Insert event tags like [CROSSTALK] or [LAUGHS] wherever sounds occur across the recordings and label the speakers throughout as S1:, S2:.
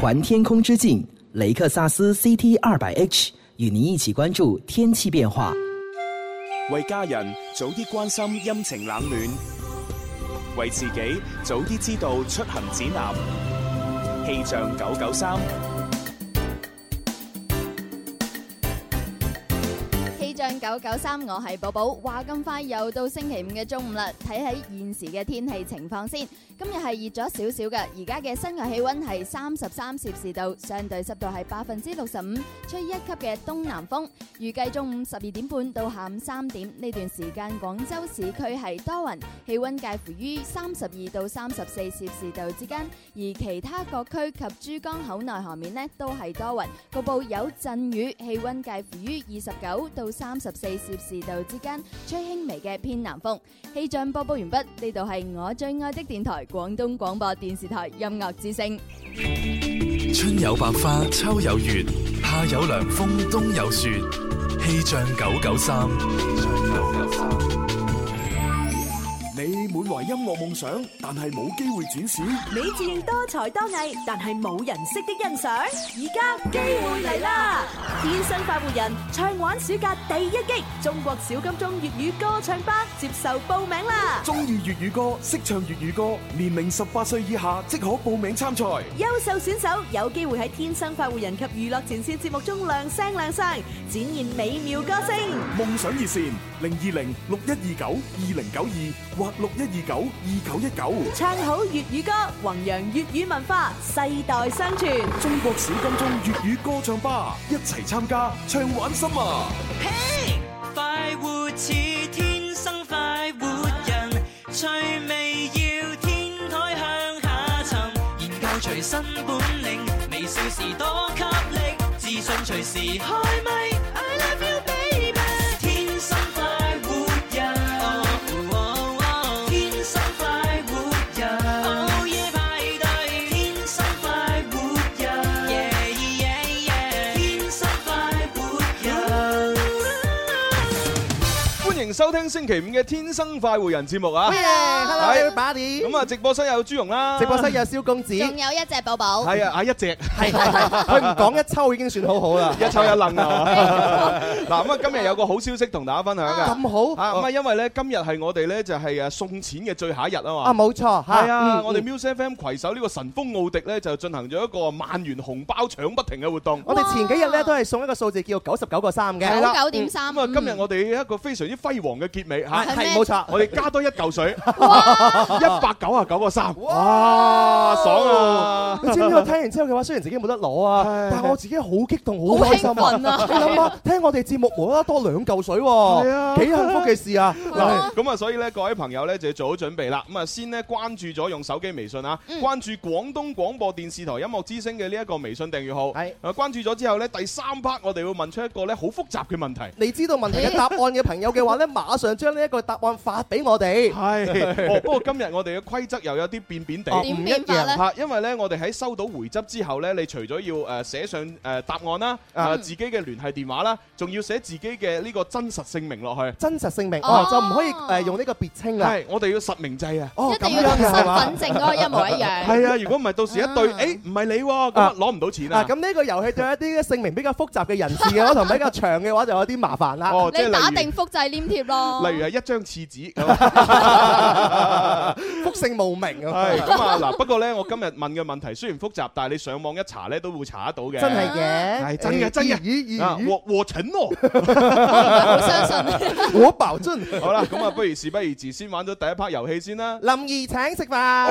S1: 环天空之境，雷克萨斯 CT 二百 H 与您一起关注天气变化。
S2: 为家人早啲关心阴晴冷暖，为自己早啲知道出行指南。气象九九三，
S3: 氣象九九三，我係寶寶。話咁快又到星期五嘅中午啦，睇睇現時嘅天氣情況先。今日係熱咗少少嘅，而家嘅室外氣温係三十三攝氏度，相對濕度係百分之六十五，吹一級嘅東南風。預計中午十二點半到下午三點呢段時間，廣州市區係多雲，氣温介乎於三十二到三十四攝氏度之間，而其他各區及珠江口內河面呢都係多雲。局部有陣雨，氣温介乎於二十九到三十四攝氏度之間，吹輕微嘅偏南風。氣象播報完畢，呢度係我最愛的電台——廣東廣播電視台音樂之聲。
S4: 春有百花，秋有月，夏有涼風，冬有雪。氣象九九三，
S5: 你滿懷音樂夢想，但係冇機會展示。
S6: 美智多才多藝，但係冇人識的欣賞。而家機會嚟啦！天生快活人唱玩暑假第一擊，中國小金鐘粵語歌唱班接受報名啦！
S5: 中意粵語歌，識唱粵語歌，年齡十八歲以下即可報名參賽。
S6: 優秀選手有機會喺《天生快活人》及《娛樂前線》節目中亮聲亮相，展現美妙歌聲。
S5: 夢想熱線零二零六一二九二零九二或六一二九二九一九。
S6: 唱好粵語歌，弘揚粵語文化，世代相傳。
S5: 中國小金鐘粵語歌唱吧，一齊參加，唱玩心啊！
S7: 快活似天生快活人，趣味要天台向下沉，研究隨身本領，微笑時多給力，自信隨時開咪。I love you baby，天生快活人，哦哦天生快活人，哦耶派對，天生快活人，耶耶耶，天生快活人。
S8: 欢迎收听星期五嘅《天生快活人》节目啊！
S9: Hello，
S8: 係
S9: everybody
S8: 咁啊，直播室有朱容啦，
S9: 直播室有蕭公子，
S3: 仲有一隻寶寶，
S8: 系啊，啊一只
S9: 係係
S8: [LAUGHS]
S9: 係佢唔講一抽已經算好 [LAUGHS] 好啦。
S8: 一抽一楞啊！ [LAUGHS] 嗱咁啊，今日有個好消息同大家分享嘅。
S9: 咁好
S8: 啊咁啊，因為咧今日係我哋咧就係誒送錢嘅最後一日啊
S9: 啊，
S8: 嘛。
S9: 冇錯嚇，
S8: 係啊，
S9: 嗯
S8: 我哋
S9: 嗯
S8: Music FM 攜手呢個神風奧迪咧就進行咗一個萬元紅包搶不停嘅活動。
S9: 我哋前幾日咧都係送一個數字叫九十九個三嘅，
S3: 九九點三。
S8: 咁啊，今日我哋一個非常之輝煌嘅結尾嚇。
S9: 係
S3: 係咩
S9: 係冇錯，
S8: 我哋加多一嚿水，一百九啊九個三，哇，爽啊！
S9: 你知唔知我聽完之後嘅話，雖然自己冇得攞啊，
S8: 唉
S9: 但係我自己好激動，好開心
S3: 好興奮啊
S9: 你諗下，聽我哋節目無啦啦多兩嚿水
S8: 係
S9: 喎，
S8: 啊
S9: 幾幸福嘅事啊！
S8: 嗱，咁啊，所以咧，各位朋友咧就要做好準備啦。咁啊，先咧關注咗用手機微信啊，關注廣東廣播電視台音樂之聲嘅呢一個微信訂閱號。
S9: 係
S8: 啊，關注咗之後咧，第三 part 我哋會問出一個咧好複雜嘅問題。
S9: 你知道問題嘅答案嘅朋友嘅話咧，馬上將呢一個答案發俾我哋。
S8: 係，哦，不過今日我哋嘅規則又有啲變變地。
S9: 哦
S3: 點變法咧？
S8: 嚇，因為咧，我哋喺收到回執之後咧，你除咗要誒寫上誒答案啦，
S9: 啊
S8: 啊自己嘅聯繫電話啦，仲要寫自己嘅呢個真實姓名落去。
S9: 真實姓名
S3: 哦
S9: 哦，就唔可以誒用呢個別稱啦。
S8: 係，我哋要實名制啊。
S9: 哦，
S3: 一
S9: 咁
S3: 定要
S9: 樣
S3: 同身
S9: 嘅係嘛？
S3: 份證嗰個一模一樣。
S8: 係啊，如果唔係到時一對，
S3: 啊
S8: 誒唔係你喎，咁啊攞唔到錢
S9: 嗱，。
S8: 啊
S9: 咁呢個遊戲對一啲姓名比較複雜嘅人士嘅話，同比較長嘅話，就有啲麻煩啦。
S8: 哦，即係
S3: 你打
S8: 例如
S3: 定複製黏貼咯。
S8: 例如係一張廁
S9: [LAUGHS]
S8: 紙咁。
S9: 複姓無名啊，
S8: 係咁啊嗱，不過咧，我今日問嘅問題雖然複雜，但係你上網一查咧都會查得到嘅。
S9: 真係嘅，
S8: 係真嘅真嘅
S9: 嘅
S8: 啊，和和陳喎。
S3: 好相信。
S9: [LAUGHS] 我保證。
S8: 好啦，咁啊，不如事不宜遲，先玩咗第一 part 遊戲先啦。
S9: 林兒請食飯，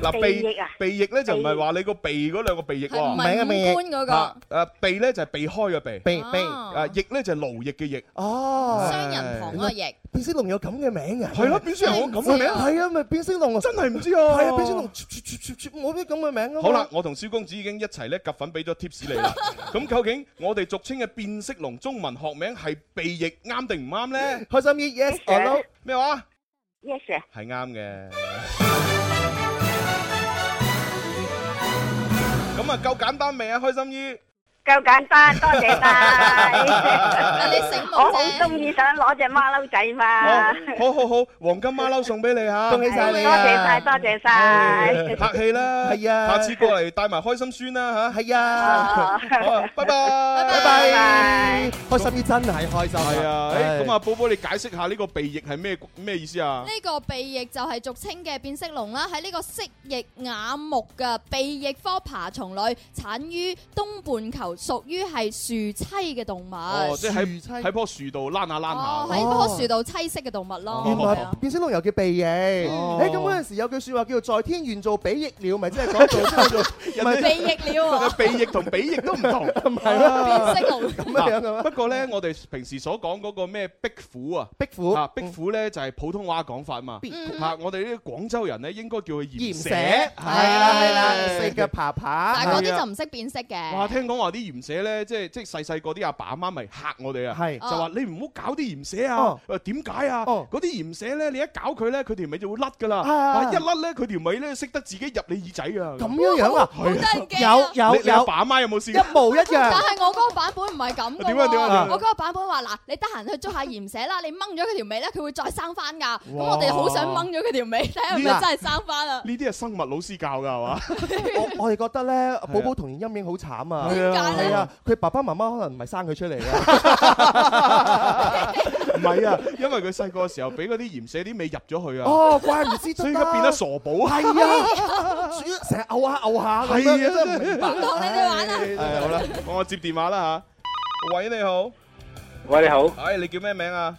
S8: 嗱
S10: 鼻翼啊
S8: 鼻翼咧就唔係話你個鼻嗰兩個鼻翼
S3: 係唔係
S8: 喎，
S3: 五官嗰
S8: 啊
S3: 個？
S8: 誒鼻咧就係避開嘅鼻，
S9: 避避
S8: 啊翼咧就係勞役嘅翼。
S9: 哦，
S3: 雙人旁嗰個翼，
S9: 變色龍有咁嘅名啊？
S8: 係咯，變色龍有咁嘅名，
S9: 係啊，咪變色龍啊！
S8: 真係唔知啊。
S9: 係啊，變色龍，冇啲咁嘅名啊。
S8: 好啦，，我同蕭公子已經一齊咧夾粉俾咗 tips 你
S9: [LAUGHS]
S8: 啦。咁究竟我哋俗稱嘅變色龍中文學名係鼻翼啱定唔啱咧？
S9: 開心啲，yes or no？
S8: 咩話？
S10: ，yes sir，
S8: 係
S9: [LAUGHS]
S8: 啱嘅。咁啊，夠簡單未啊？開心姨，
S10: 夠簡
S9: [LAUGHS]
S10: 單，多謝晒。
S3: 但你醒目
S10: 我好
S3: 啫，
S10: 中意想攞隻馬騮仔嘛。
S8: [LAUGHS] 好好好，黃金馬騮送俾你啊！
S9: 恭喜晒
S10: 多
S9: 你
S8: à,
S10: 謝
S9: 啊！
S10: 晒，多謝晒。
S8: 哎客氣啦，
S9: 係啊
S8: 下次過嚟帶埋開心孫啦
S9: 係啊，
S8: 吓。好啊，拜拜。
S9: 拜拜。開心啲真係開心。
S8: 係啊，誒咁啊，寶寶你解釋下呢個鼻翼係咩咩意思啊？
S3: 呢個鼻翼就係俗稱嘅變色龍啦，喺呢個蜥蜴眼目嘅鼻翼科爬蟲類，產於東半球，屬於係樹棲嘅動物。
S8: 哦，即係喺
S9: 樹棲
S8: 喺棵樹度躝下
S3: 啊哦，
S8: 躝下。
S3: 喺棵樹度棲息嘅動物咯。
S9: 哦原
S3: 係
S8: 哦
S9: 來
S3: 啊
S9: 變色龍又叫鼻翼。誒咁嗰陣時有句説話叫做在天願做比翼鳥，咪即係
S8: [LAUGHS]
S9: 講做叫做唔係啊
S3: 鼻翼鳥啊，
S8: 鼻翼 [LAUGHS] 同比翼都唔同。
S3: 變色龍。
S9: 咁樣嘅咩？
S8: 啊不過咧，我哋平時所講嗰個咩壁虎啊，
S9: 壁虎嗯
S8: 啊壁虎咧就係普通話講法嘛。嚇，我哋呢啲廣州人咧應該叫佢
S9: 鹽
S8: 鹽
S9: 蛇
S8: 蛇。
S9: 係啦係啦，四腳爬
S3: 但係
S9: 爬啊
S3: 嗰啲就唔識變色
S8: 啊哇！
S3: 嘅，
S8: 聽講話啲鹽蛇咧，即係即係細細個啲阿爸阿媽咪嚇我哋啊，
S9: 係
S3: 哦
S8: 就話你唔好搞啲鹽蛇啊
S9: 哦！
S8: 誒點解啊？
S9: 哦
S8: 嗰啲鹽蛇咧，你一搞佢咧，佢條尾就會甩㗎啦。
S9: 啊啊
S8: 啊一甩咧，佢條尾咧識得自己入你耳仔啊！
S9: 咁樣樣啊！
S3: 好得人驚啊
S9: 有有
S8: 你你阿
S9: 有
S8: 爸，阿媽有冇試過？啊
S9: 一模一
S3: 但
S9: 樣。
S3: 係我嗰個版本唔係咁嘅
S8: 點啊點啊點啊
S3: 喎，我嗰個版本話嗱，你得閒去捉下鹽蛇啦，你掹咗佢條尾咧，佢會再生翻㗎。咁我哋好想掹咗佢條尾，睇下係咪真係生翻
S9: [LAUGHS]
S3: 啊？
S8: 呢啲係生物老師教㗎係嘛？
S9: 我我哋覺得咧，
S8: 啊
S9: 寶寶童年陰影好慘啊！
S3: 點解
S9: 係
S3: 咧？
S9: 啊，佢爸爸媽媽可能唔係生佢出嚟嘅，
S8: 唔係啊，因為佢細個嘅時候俾嗰啲鹽蛇啲尾入咗去啊，
S9: 哦，怪唔知得啦
S8: 所以而家變得傻寶啊！
S9: 係啊，成日嘔下嘔下咁
S8: [LAUGHS] 係啊
S9: 樣，真係唔明白。
S3: 唔同你哋玩啊！
S8: 係好啦，我接電話啦嚇。喂，你好，
S11: 喂，你好，
S8: 唉，你叫咩名啊？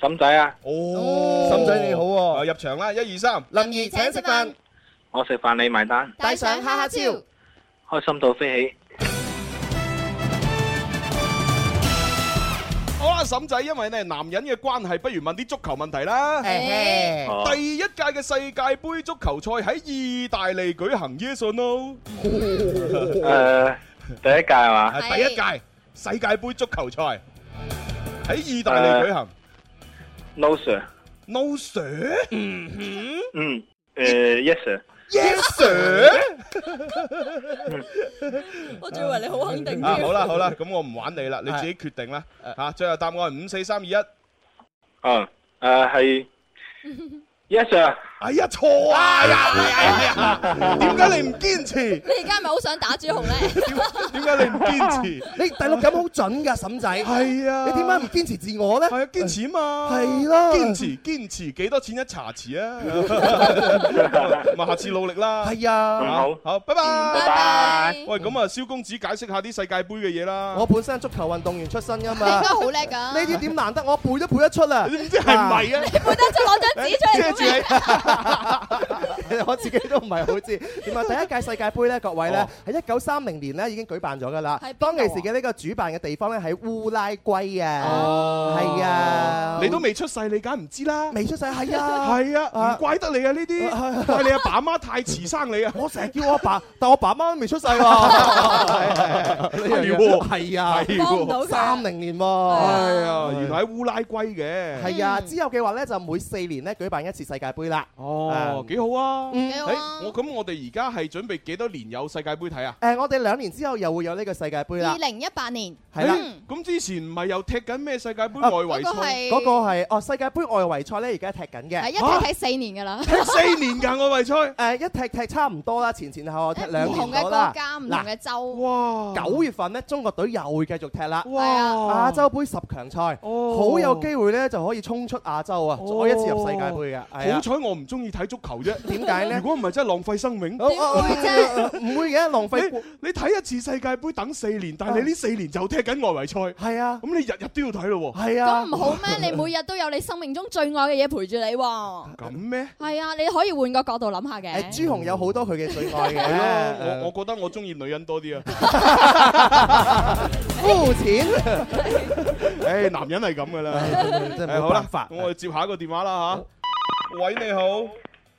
S11: 沈仔啊，
S8: 哦
S9: 沈仔你好喎
S8: 啊入場啦，一二三。
S9: 林怡請食飯，
S11: 我食飯你埋單，
S9: 帶上哈哈超。
S11: 開心到飛起。
S8: 好啦，沈仔，因為你係男人嘅關係，不如問啲足球問題啦。
S9: 誒
S11: 哦，
S8: 第一屆嘅世界盃足球賽喺意大利舉行，yes or no？
S11: 誒，第一屆係嘛？
S8: 係第一屆世界盃足球賽喺意大利舉行
S11: ，no sir，
S8: ，no sir？
S11: 嗯，誒
S10: 呃
S11: ，yes sir，
S8: Yes sir！
S3: 我仲以為你好肯定
S8: 啊，
S3: 添。
S8: 好啦好啦，咁我唔玩你啦，你自己決定啦。嚇，最後答案五四三二一，
S3: [LAUGHS]
S11: 哦，誒係，yes sir，
S8: 哎呀，錯啊！哎呀哎呀哎呀，點解你唔堅持？
S3: 你而家係咪好想打朱紅咧？
S8: 點解你唔堅持？
S9: [LAUGHS] 你第六感好準㗎，嬸仔。
S8: 係啊
S9: 你點解唔堅持自我咧？
S8: 係啊，堅持啊嘛。
S9: 係啦，
S8: 堅持堅持幾多錢一茶匙啊？咪下次努力啦。
S9: 係啊
S8: 嚇
S9: 好
S8: 好，拜拜，
S9: 拜拜
S8: 喂，咁啊，蕭公子解釋下啲世界盃嘅嘢啦。
S9: 我本身足球運動員出身㗎嘛。
S3: 你應該好叻㗎。呢
S9: 呢啲點難得？我背都背得出啊！
S8: 你唔知係唔係啊
S3: 你背得出攞張紙出嚟
S9: 遮住你， [LAUGHS] 我自己都唔係好知。點啊？第一屆世界盃咧，各位咧喺一九三零年咧已經舉辦咗㗎啦。當其時嘅呢個主辦嘅地方咧喺烏拉圭啊。哦，係啊。
S8: 你都未出世，你梗唔知啦。
S9: 未出世係啊
S8: 係啊，唔怪得你啊呢
S9: [LAUGHS]
S8: 啲，怪你阿爸媽太遲生你啊。
S9: 我成日叫我阿爸，但我爸媽都未出世喎。係啊
S8: 係喎
S9: 係啊，
S8: 係喎幫唔到佢
S9: 三零年喎。
S8: 係啊，原來喺烏拉圭嘅。
S9: 係啊，之後嘅話咧就每四年咧舉辦一次世界盃啦。
S8: 哦，幾好啊！
S9: 嗯
S3: 幾好啊
S8: 誒，我咁我哋而家係準備幾多年有世界盃睇啊？
S9: 誒，我哋兩年之後又 [LAUGHS] 會有呢個世界盃啦
S3: 二。零一八年，
S9: 係啦
S3: 嗯
S8: 咁之前唔係又踢緊咩世界盃
S9: 啊
S8: 外圍
S3: 嗰個
S8: 賽？
S3: 係
S9: 嗰個係哦世界盃外圍賽咧，而家踢緊
S3: 啊係一
S9: 嘅。
S3: 踢踢四年㗎啦。
S8: 踢四年㗎外圍賽。
S9: 誒一踢踢差唔多啦，前前後後踢 [LAUGHS] 兩
S3: 唔同嘅
S9: 年
S3: 國
S9: 到啦。
S3: 家，唔同
S9: 嗱，
S3: 嘅州，
S8: 哇！
S9: 九月份咧，中國隊又會繼續踢啦。
S3: 係啊，
S9: 亞洲杯十強賽，
S8: 哦
S9: 好有機會咧就可以衝出亞洲啊！
S8: 哦
S9: 再一次入世界盃嘅，係
S8: 好
S9: 啊。
S8: 彩我唔中意睇足球啫。
S9: 點解咧
S8: 如？果唔係真係浪費生命。
S9: 哦哦
S3: 點會啫
S9: 哦唔會嘅，浪費
S8: 你你睇一次世界盃等四年，但係你呢四年就踢緊外圍賽，咁
S9: 係啊，
S8: 你日日都要睇咯喎。
S9: 係啊
S3: 咁。唔好咩？你每日都有你生命中最愛嘅嘢陪住你喎。
S8: 咁咩？
S3: 係啊，你可以換個角度諗下
S9: 誒
S3: 嘅。
S9: 朱紅有好多佢嘅最愛
S8: 係咯，我
S9: 嘅，
S8: 我覺得我中意女人多啲啊。
S9: [LAUGHS] 膚淺，
S8: [LAUGHS] 誒，男人係咁噶啦。
S9: 真係
S8: 誒
S9: 冇
S8: 好啦
S9: 辦法，。
S8: 我哋接下一個電話啦吓。喂，你好。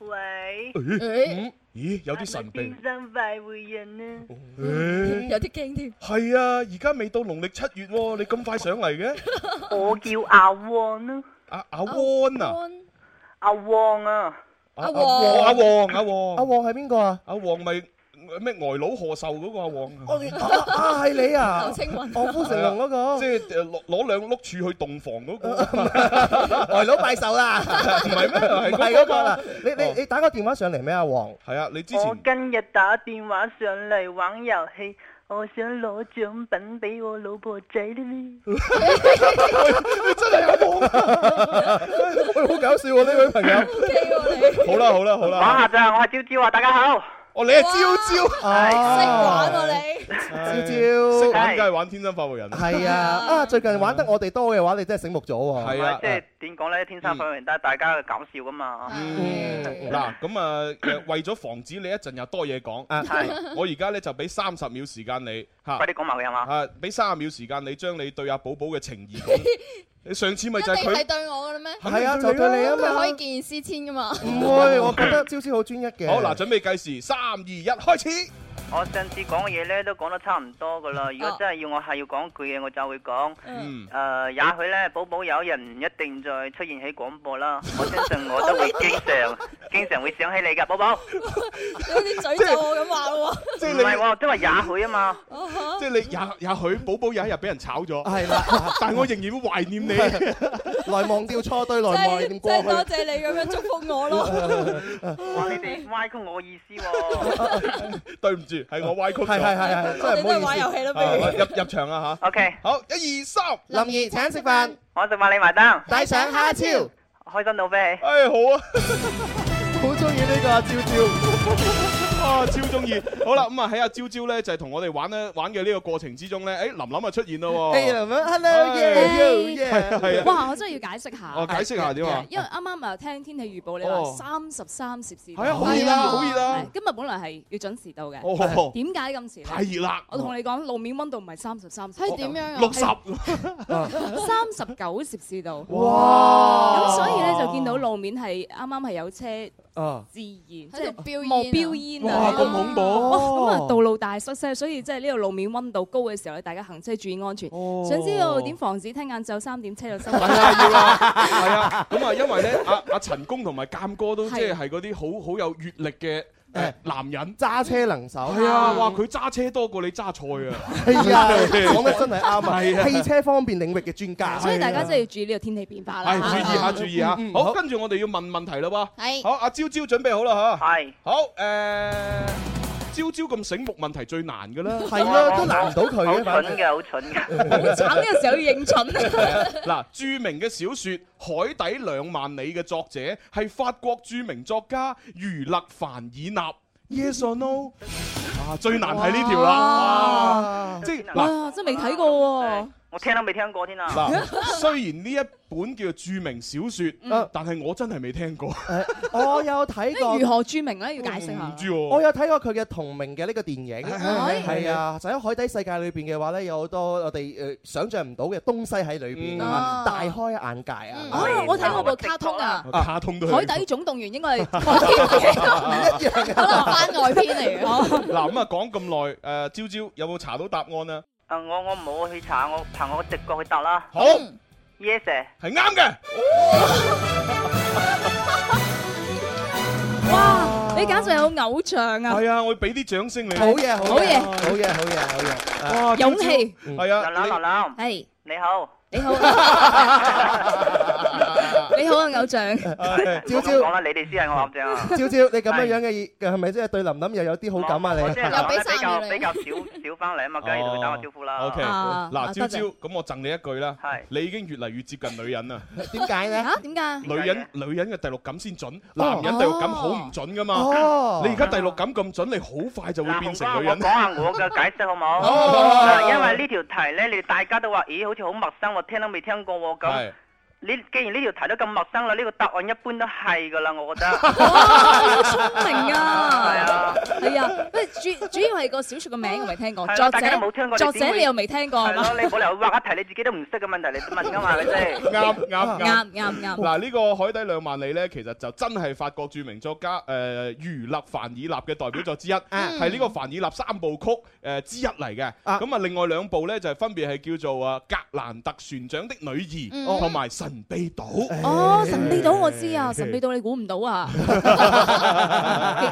S10: 喂，
S8: Ừ.
S3: 誒
S8: 咦，有
S10: 有
S8: 啲神秘
S10: 天。生快活人啊！
S8: 誒，
S3: 有啲驚添。
S8: 係啊，而家未到農曆七月喎，你咁快上嚟嘅？
S10: [LAUGHS] 我叫阿旺啊，
S8: 阿阿汪啊，
S10: 阿旺啊，
S8: 阿
S3: 阿
S8: 阿阿旺阿
S9: 阿
S8: 旺
S9: 旺係邊個啊？
S8: 阿旺咪咩呆佬賀壽嗰個阿
S9: 我
S8: 旺啊。
S9: 啊係
S3: [LAUGHS]
S9: 你啊！
S3: 劉青雲
S9: 我夫成龍嗰個
S8: 即。係誒攞攞兩碌柱去洞
S9: [LAUGHS]
S8: 房嗰個，
S9: 外佬拜壽啦，
S8: 唔係咩？係
S9: 唔係
S8: 嗰
S9: 嗰
S8: 個
S9: 個啦
S8: 嘛。。
S9: 你你你打個電話上嚟咩？阿黃，哦
S8: 係啊，你之
S10: 我
S8: 前
S10: 今日打電話上嚟玩遊戲，我想攞獎品俾我老婆仔呢。
S9: 喂，哎好搞笑喎！呢位
S10: [LAUGHS]
S9: 朋友，
S8: [LAUGHS] 好啦好啦好
S10: 玩
S8: 啦，
S10: 下咋，我係朝朝啊，大家好。
S8: 哦你係朝朝。
S9: 啊
S3: 玩喎你。
S9: 朝朝
S8: 識玩梗係玩天生發福人，
S9: 係啊，啊最近玩得我哋多嘅話，你真係醒目咗喎。
S8: [LAUGHS] 係啊
S10: 即。係點講咧？天生快活人，但係大家搞笑噶嘛。
S9: 嗯，嗱，
S8: 嗱咁啊，
S9: [LAUGHS]
S8: 誒為咗防止你一陣又多嘢講，
S9: 啊
S10: 係
S8: [LAUGHS] 我而家咧就俾三十秒時間你嚇
S10: 快，啲講埋佢係嘛？
S8: 啊俾三十秒時間你將你對阿寶寶嘅
S3: [LAUGHS]
S8: 情意講。你上次咪就係
S3: 一定係
S8: 佢，
S3: 對我嘅咩？
S9: 係啊，就對你啊
S3: 咁佢可以
S9: 嘛。
S3: 見賢思遷噶嘛？
S9: 唔會，我覺得朝朝好專一嘅。
S8: 好嗱，準備計時，三二一，開始。
S10: 我上次講嘅嘢咧都講得差唔多噶啦。如果真係要我係要講句嘢，我就會講。
S8: 啊嗯，
S10: 誒，也許咧，寶寶有一日唔一定再出現喺廣播啦。我相信我都
S8: [LAUGHS]
S10: 會經常、經常會想起你噶，寶寶。唔
S3: 有啲詛咒我咁話喎。
S8: 即係
S10: 係
S8: 你，
S10: 喎，都話也許啊嘛。
S8: [LAUGHS] 即係你也也許寶寶有一日俾人炒咗，
S9: 係啦，
S8: [LAUGHS] 但我仍然會懷念你。
S9: [LAUGHS] 來忘掉錯對，來
S3: 真
S9: 懷
S3: 係
S9: 念
S3: 真
S9: 過
S3: 係多
S9: 去。
S3: 謝你咁樣祝福我咯。
S8: Ờ.
S10: 哇，你哋歪曲我意思喎。
S8: [LAUGHS] 對唔住，係我歪曲
S9: 係係
S8: 咗。
S3: 我
S9: 係係，
S3: 哋
S9: 真係
S3: 都係
S9: 唔
S3: 玩
S9: 好
S3: 遊
S9: 意思。
S3: 戲啦，不如。
S8: 啊入入場啦嚇，
S10: OK，
S8: 好，一二三，
S9: 林怡請食飯，
S10: 我就話你埋單，
S9: 帶上蝦超，
S10: 開心到飛。
S8: 哎好啊。
S9: [LAUGHS] 好中意呢個啊朝朝。
S8: [LAUGHS] 啊，超中意！好啦，咁啊喺阿朝朝咧，就係同我哋玩咧玩嘅呢個過程之中咧，誒林林啊出現咯
S9: 哎
S8: 喎，
S9: 呀，hello yeah yeah。
S8: 係啊，
S12: 哇！我真係要解釋下。
S8: 哦解釋下點啊
S12: 因為啱啱啊聽天氣預報，你
S8: 哦
S12: 話三十三攝氏度。
S8: 係啊，好熱啦，好熱啦
S12: 係，今日本來係要準時到嘅。
S8: 哦，
S12: 點解咁遲
S8: 太
S12: 咧？
S8: 熱啦，哦
S12: 我同你講，路面温度唔係三十三，
S3: 係點樣啊？
S8: [LAUGHS] 六十，
S12: 三十九攝氏度。
S9: 哇
S12: 咁所以咧就見到路面係啱啱係有車自
S9: 啊，
S12: 燃，
S3: 喺度
S12: 即
S3: 飆煙
S12: 係冒
S3: 啊
S12: 飆煙
S8: 哇
S12: 啊！
S8: 咁恐怖，
S12: 哇！咁啊，道路大塞車，所以即係呢度路面温度高嘅時候咧，大家行車注意安全。想知道點防止聽晏晝三點車就
S8: [LAUGHS]
S12: 收工？
S8: 係啊要啊，
S9: [LAUGHS]
S8: 係啊，咁啊因為咧阿阿陳工同埋鑑哥都即係係嗰啲好好有閲歷嘅誒男人
S9: 揸車能手
S8: 係啊，哇！佢揸車多過你揸菜啊！
S9: 係
S8: [LAUGHS]
S9: 啊，講得真係啱
S8: 係
S9: 啊！汽車方面領域嘅專家，
S12: 所以大家真係要注意呢個天氣變化啦。
S8: 係注意下，注意下。好，跟住我哋要問問題啦喎。係。好，阿朝朝準備好啦嚇。係。好誒，朝朝咁醒目，問題最難嘅啦。
S9: 係啦都難唔到佢嘅
S10: 好
S9: 反
S10: 蠢
S9: 正
S10: 嘅，好蠢嘅。
S12: 慘呢個時候要認蠢。
S8: 嗱，著名嘅小説《海底兩萬里》嘅作者係法國著名作家儒勒凡爾納。Yes or no？啊，最難係呢條啦。哇即係嗱。
S12: 哇，真係未睇過喎。
S10: 我聽都未聽過添啊！
S8: 嗱，雖然呢一本叫做著名小説，但係我真係未聽過。
S9: 我有睇過
S12: 如何著名咧？要解釋下。
S8: 知喎
S9: 我有睇過佢嘅同名嘅呢個電影，
S8: À,
S9: à,
S8: 係
S9: 係啊，就喺海底世界裏邊嘅話咧，有好多我哋誒想像唔到嘅東西喺裏邊啊，大開眼界啊！
S12: 哦，我睇過部卡通啊，
S8: 卡通都
S12: 《
S8: 係
S12: 海底總動員》應 [LAUGHS]
S8: [LAUGHS]
S12: 該係唔
S9: 一樣嘅，
S12: 可能番外篇嚟嘅。
S8: 嗱咁啊，講咁耐，誒，朝朝有冇查到答案啊？
S10: 啊，我我唔好去查，我憑我直覺去答啦。
S8: 好
S10: ，yes，sir
S8: 係啱嘅。
S12: 哇，你簡直係好偶像啊！
S8: 係啊，我俾啲掌聲你。
S9: 好嘢，好
S12: 好嘢
S9: 嘢，好嘢，好嘢，好嘢！
S8: 哇，
S12: 勇氣
S8: 朝朝係啊，
S10: 林林林，
S12: 係
S10: 你好，
S12: 你好，你好啊，偶像。
S9: 朝朝
S10: 我講啦，你哋先係我偶像啊。
S9: 朝朝，你咁樣樣嘅係咪即係對琳琳又有啲好感啊？
S10: 我
S9: 你
S10: 即
S9: [LAUGHS]
S10: 係林林比較比較少少翻嚟啊嘛，
S8: Ờ.
S10: 梗係同佢打個招呼啦。
S8: OK，
S12: 啊啊
S8: 嗱，
S12: 多
S8: 朝朝
S12: 謝
S8: 咁我贈你一句啦，你已經越嚟越接近女
S10: [LAUGHS]
S8: 人啦。
S9: 點解咧？
S12: 嚇？點解？
S8: 女人女人嘅第六感先準，男人第六感好唔準噶嘛。
S9: 哦
S8: 你而家第六感咁準，你好快就會變成
S10: 我
S8: 女
S10: 講
S8: 人。
S10: 下我嘅解釋好冇？
S8: 哦
S10: 因為呢條題咧，你哋大家都話，咦，好似好陌生喎，聽都未聽過喎咁
S8: 係。
S10: 你既然呢條題都咁陌生啦，呢個答案一般都係噶啦，我覺得。
S12: 好聰明
S10: 係
S12: 啊！
S10: 啊，
S12: 係啊，喂，主主要係個小説嘅名我未聽過，
S10: 係
S12: 作者
S10: 咯大家都冇聽過
S12: 作
S10: 你
S12: 者
S10: 點會
S12: 你又未聽過
S10: 係
S12: 係嘛？
S10: 咯，你冇理由畫一題你自己都唔識嘅問題嚟問噶嘛，係咪先？
S8: 啱啱啱。
S12: 啱啱啱。
S8: 嗱，呢個《海底兩萬里》呢，其實就真係法國著名作家誒儒勒凡爾納嘅代表作之一，
S12: 嗯
S8: 係呢個凡爾納三部曲誒之一嚟嘅。咁啊，另外兩部呢，就係分別係叫做啊《格蘭特船長的女兒》
S12: 嗯
S8: 同埋《神秘島》。
S12: 哦，神秘島我知
S8: [LAUGHS]
S12: 啊，神秘島你估唔到啊，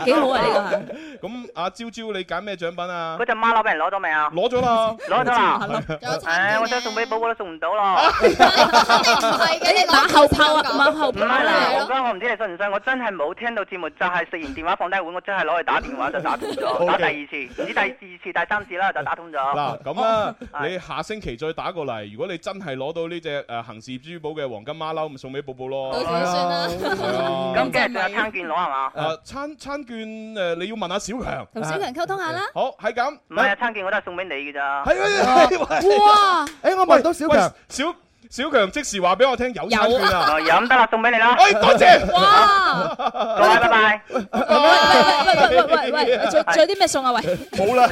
S12: 幾幾好啊呢
S8: 咁阿朝朝，你揀咩獎品啊
S10: 嗰？隻馬騮俾人攞咗未啊？
S8: 攞咗啦，
S10: 攞咗啦！
S12: 啊
S3: 仲有餐
S10: 唉，我想
S3: 券
S10: 送俾寶寶都送唔到咯。
S12: [LAUGHS]
S3: 唔係嘅，你
S12: 個馬
S3: 攞
S12: 後炮啊，馬後
S10: 唔
S12: 炮
S10: 係啦，
S12: 嚟
S10: 我講我唔知你信唔信，我真係冇聽到節目，就係食完電話放低碗，我真係攞去打電話就打通
S8: [LAUGHS]
S10: 咗，打第二次，唔知第二次、第三次啦就打通咗。
S9: [LAUGHS]
S8: 嗱，咁
S9: 哦
S8: 啊，你下星期再打過嚟。如果你真係攞到呢只誒行事珠寶嘅黃金馬騮，咪送俾寶寶咯。
S3: 到時算啦。
S8: 係啊
S10: 咁今日仲有餐券攞啊係嘛？
S8: 誒餐餐券誒，你要問下小強。啊
S12: 同小強溝通下啦。
S8: 好，係咁。
S10: 唔係啊，餐券我都係送俾你嘅咋。
S8: 係喂喂
S12: 哇，
S9: 誒，我問到小
S8: 喂
S9: 強，
S8: 小小強即時話俾我聽有餐券啊！
S10: 哦飲得啦，送俾你啦。
S8: 哎，多謝。
S12: 哇！
S10: 各位拜拜。
S12: 喂喂喂喂喂喂，仲仲有啲咩送啊？喂，
S8: 冇啦，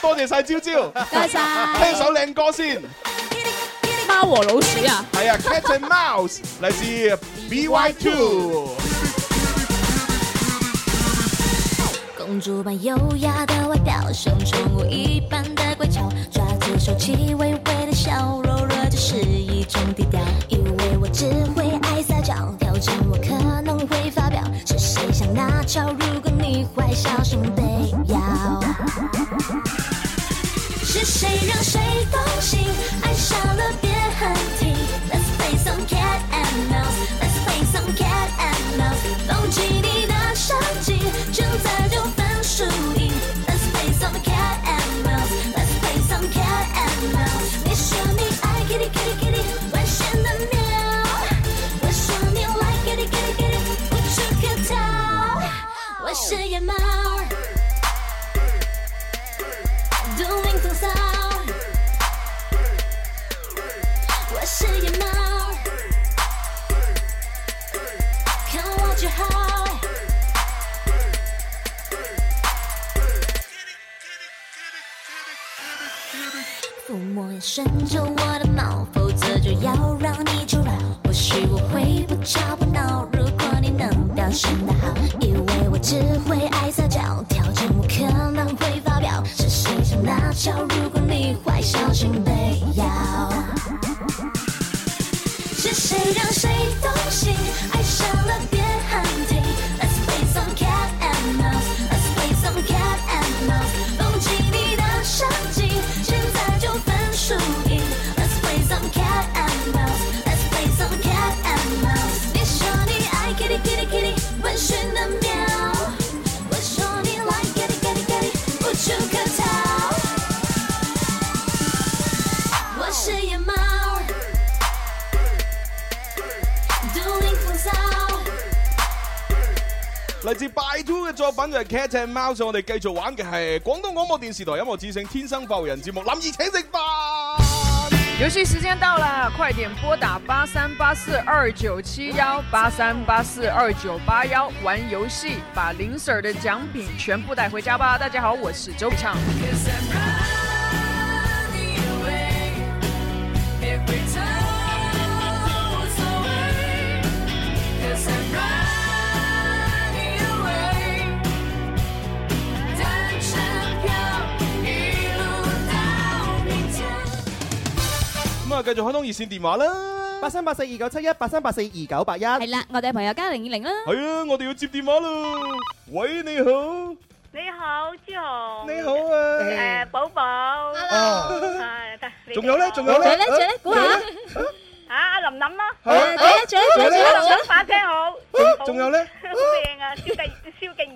S8: 多謝晒朝朝，
S12: 多謝晒
S8: 聽首靚歌先。
S12: 貓和老鼠啊！
S8: 係啊，Cat and Mouse 嚟自 BY Two。
S13: 公主般优雅的外表，像宠物一般的乖巧，抓着手气微微的笑，柔弱就是一种低调。以为我只会爱撒娇，挑战我可能会发飙，是谁想拿翘？如果你坏笑，什么得要？是谁让谁动心，爱上了别喊停。Let's play some cat and mouse，Let's play some cat and mouse。动起你的神经，现在就分输赢。Let's play some cat and mouse，Let's play some cat and mouse。你说你爱 kitty kitty kitty，危险的喵。我说你 like kitty kitty kitty，无处可逃。我是野猫。doing 风骚。我是野猫，看我就好。抚摸也顺着我的毛，否则就要让你求饶。或许我会不吵不闹，如果你能表现得好，以为我只会爱撒娇，挑战我可能会发飙。是谁想拿翘？如果你坏，小心被咬。是谁让谁动心，爱上了别喊停。Let's
S8: 嚟自拜 two 嘅作品就係 Cat and Mouse，我哋繼續玩嘅係廣東廣播電視台音樂之聲《天生發育人》節目，林怡請食飯。
S14: 游戏时间到了，快点拨打八三八四二九七幺八三八四二九八幺玩游戏，把林 Sir 的奖品全部带回家吧！大家好，我是周笔畅。
S8: 咁啊，繼續開通熱線電話啦。
S9: 八三八四二九七一，八三八四二九八一。
S12: 系啦，我哋嘅朋友 [LAUGHS] 加零二零啦。
S8: 係啊，我哋要接電話啦。喂，你 [LAUGHS] 好。
S15: 你好，朱紅。
S8: 你好啊
S7: À,
S15: 诶，寶寶。
S12: Ờ.
S8: Hello
S15: 係得你哋
S8: 仲有咧
S15: 好
S8: 仲有咧仲有咧仲有咧估
S15: 啊，
S8: 下
S15: 阿林林啦。
S8: 係啊係啊仲有仲有仲有仲
S15: 林
S8: 有
S15: 林把聲好。
S8: 仲仲有咧
S15: 好正啊，蕭敬蕭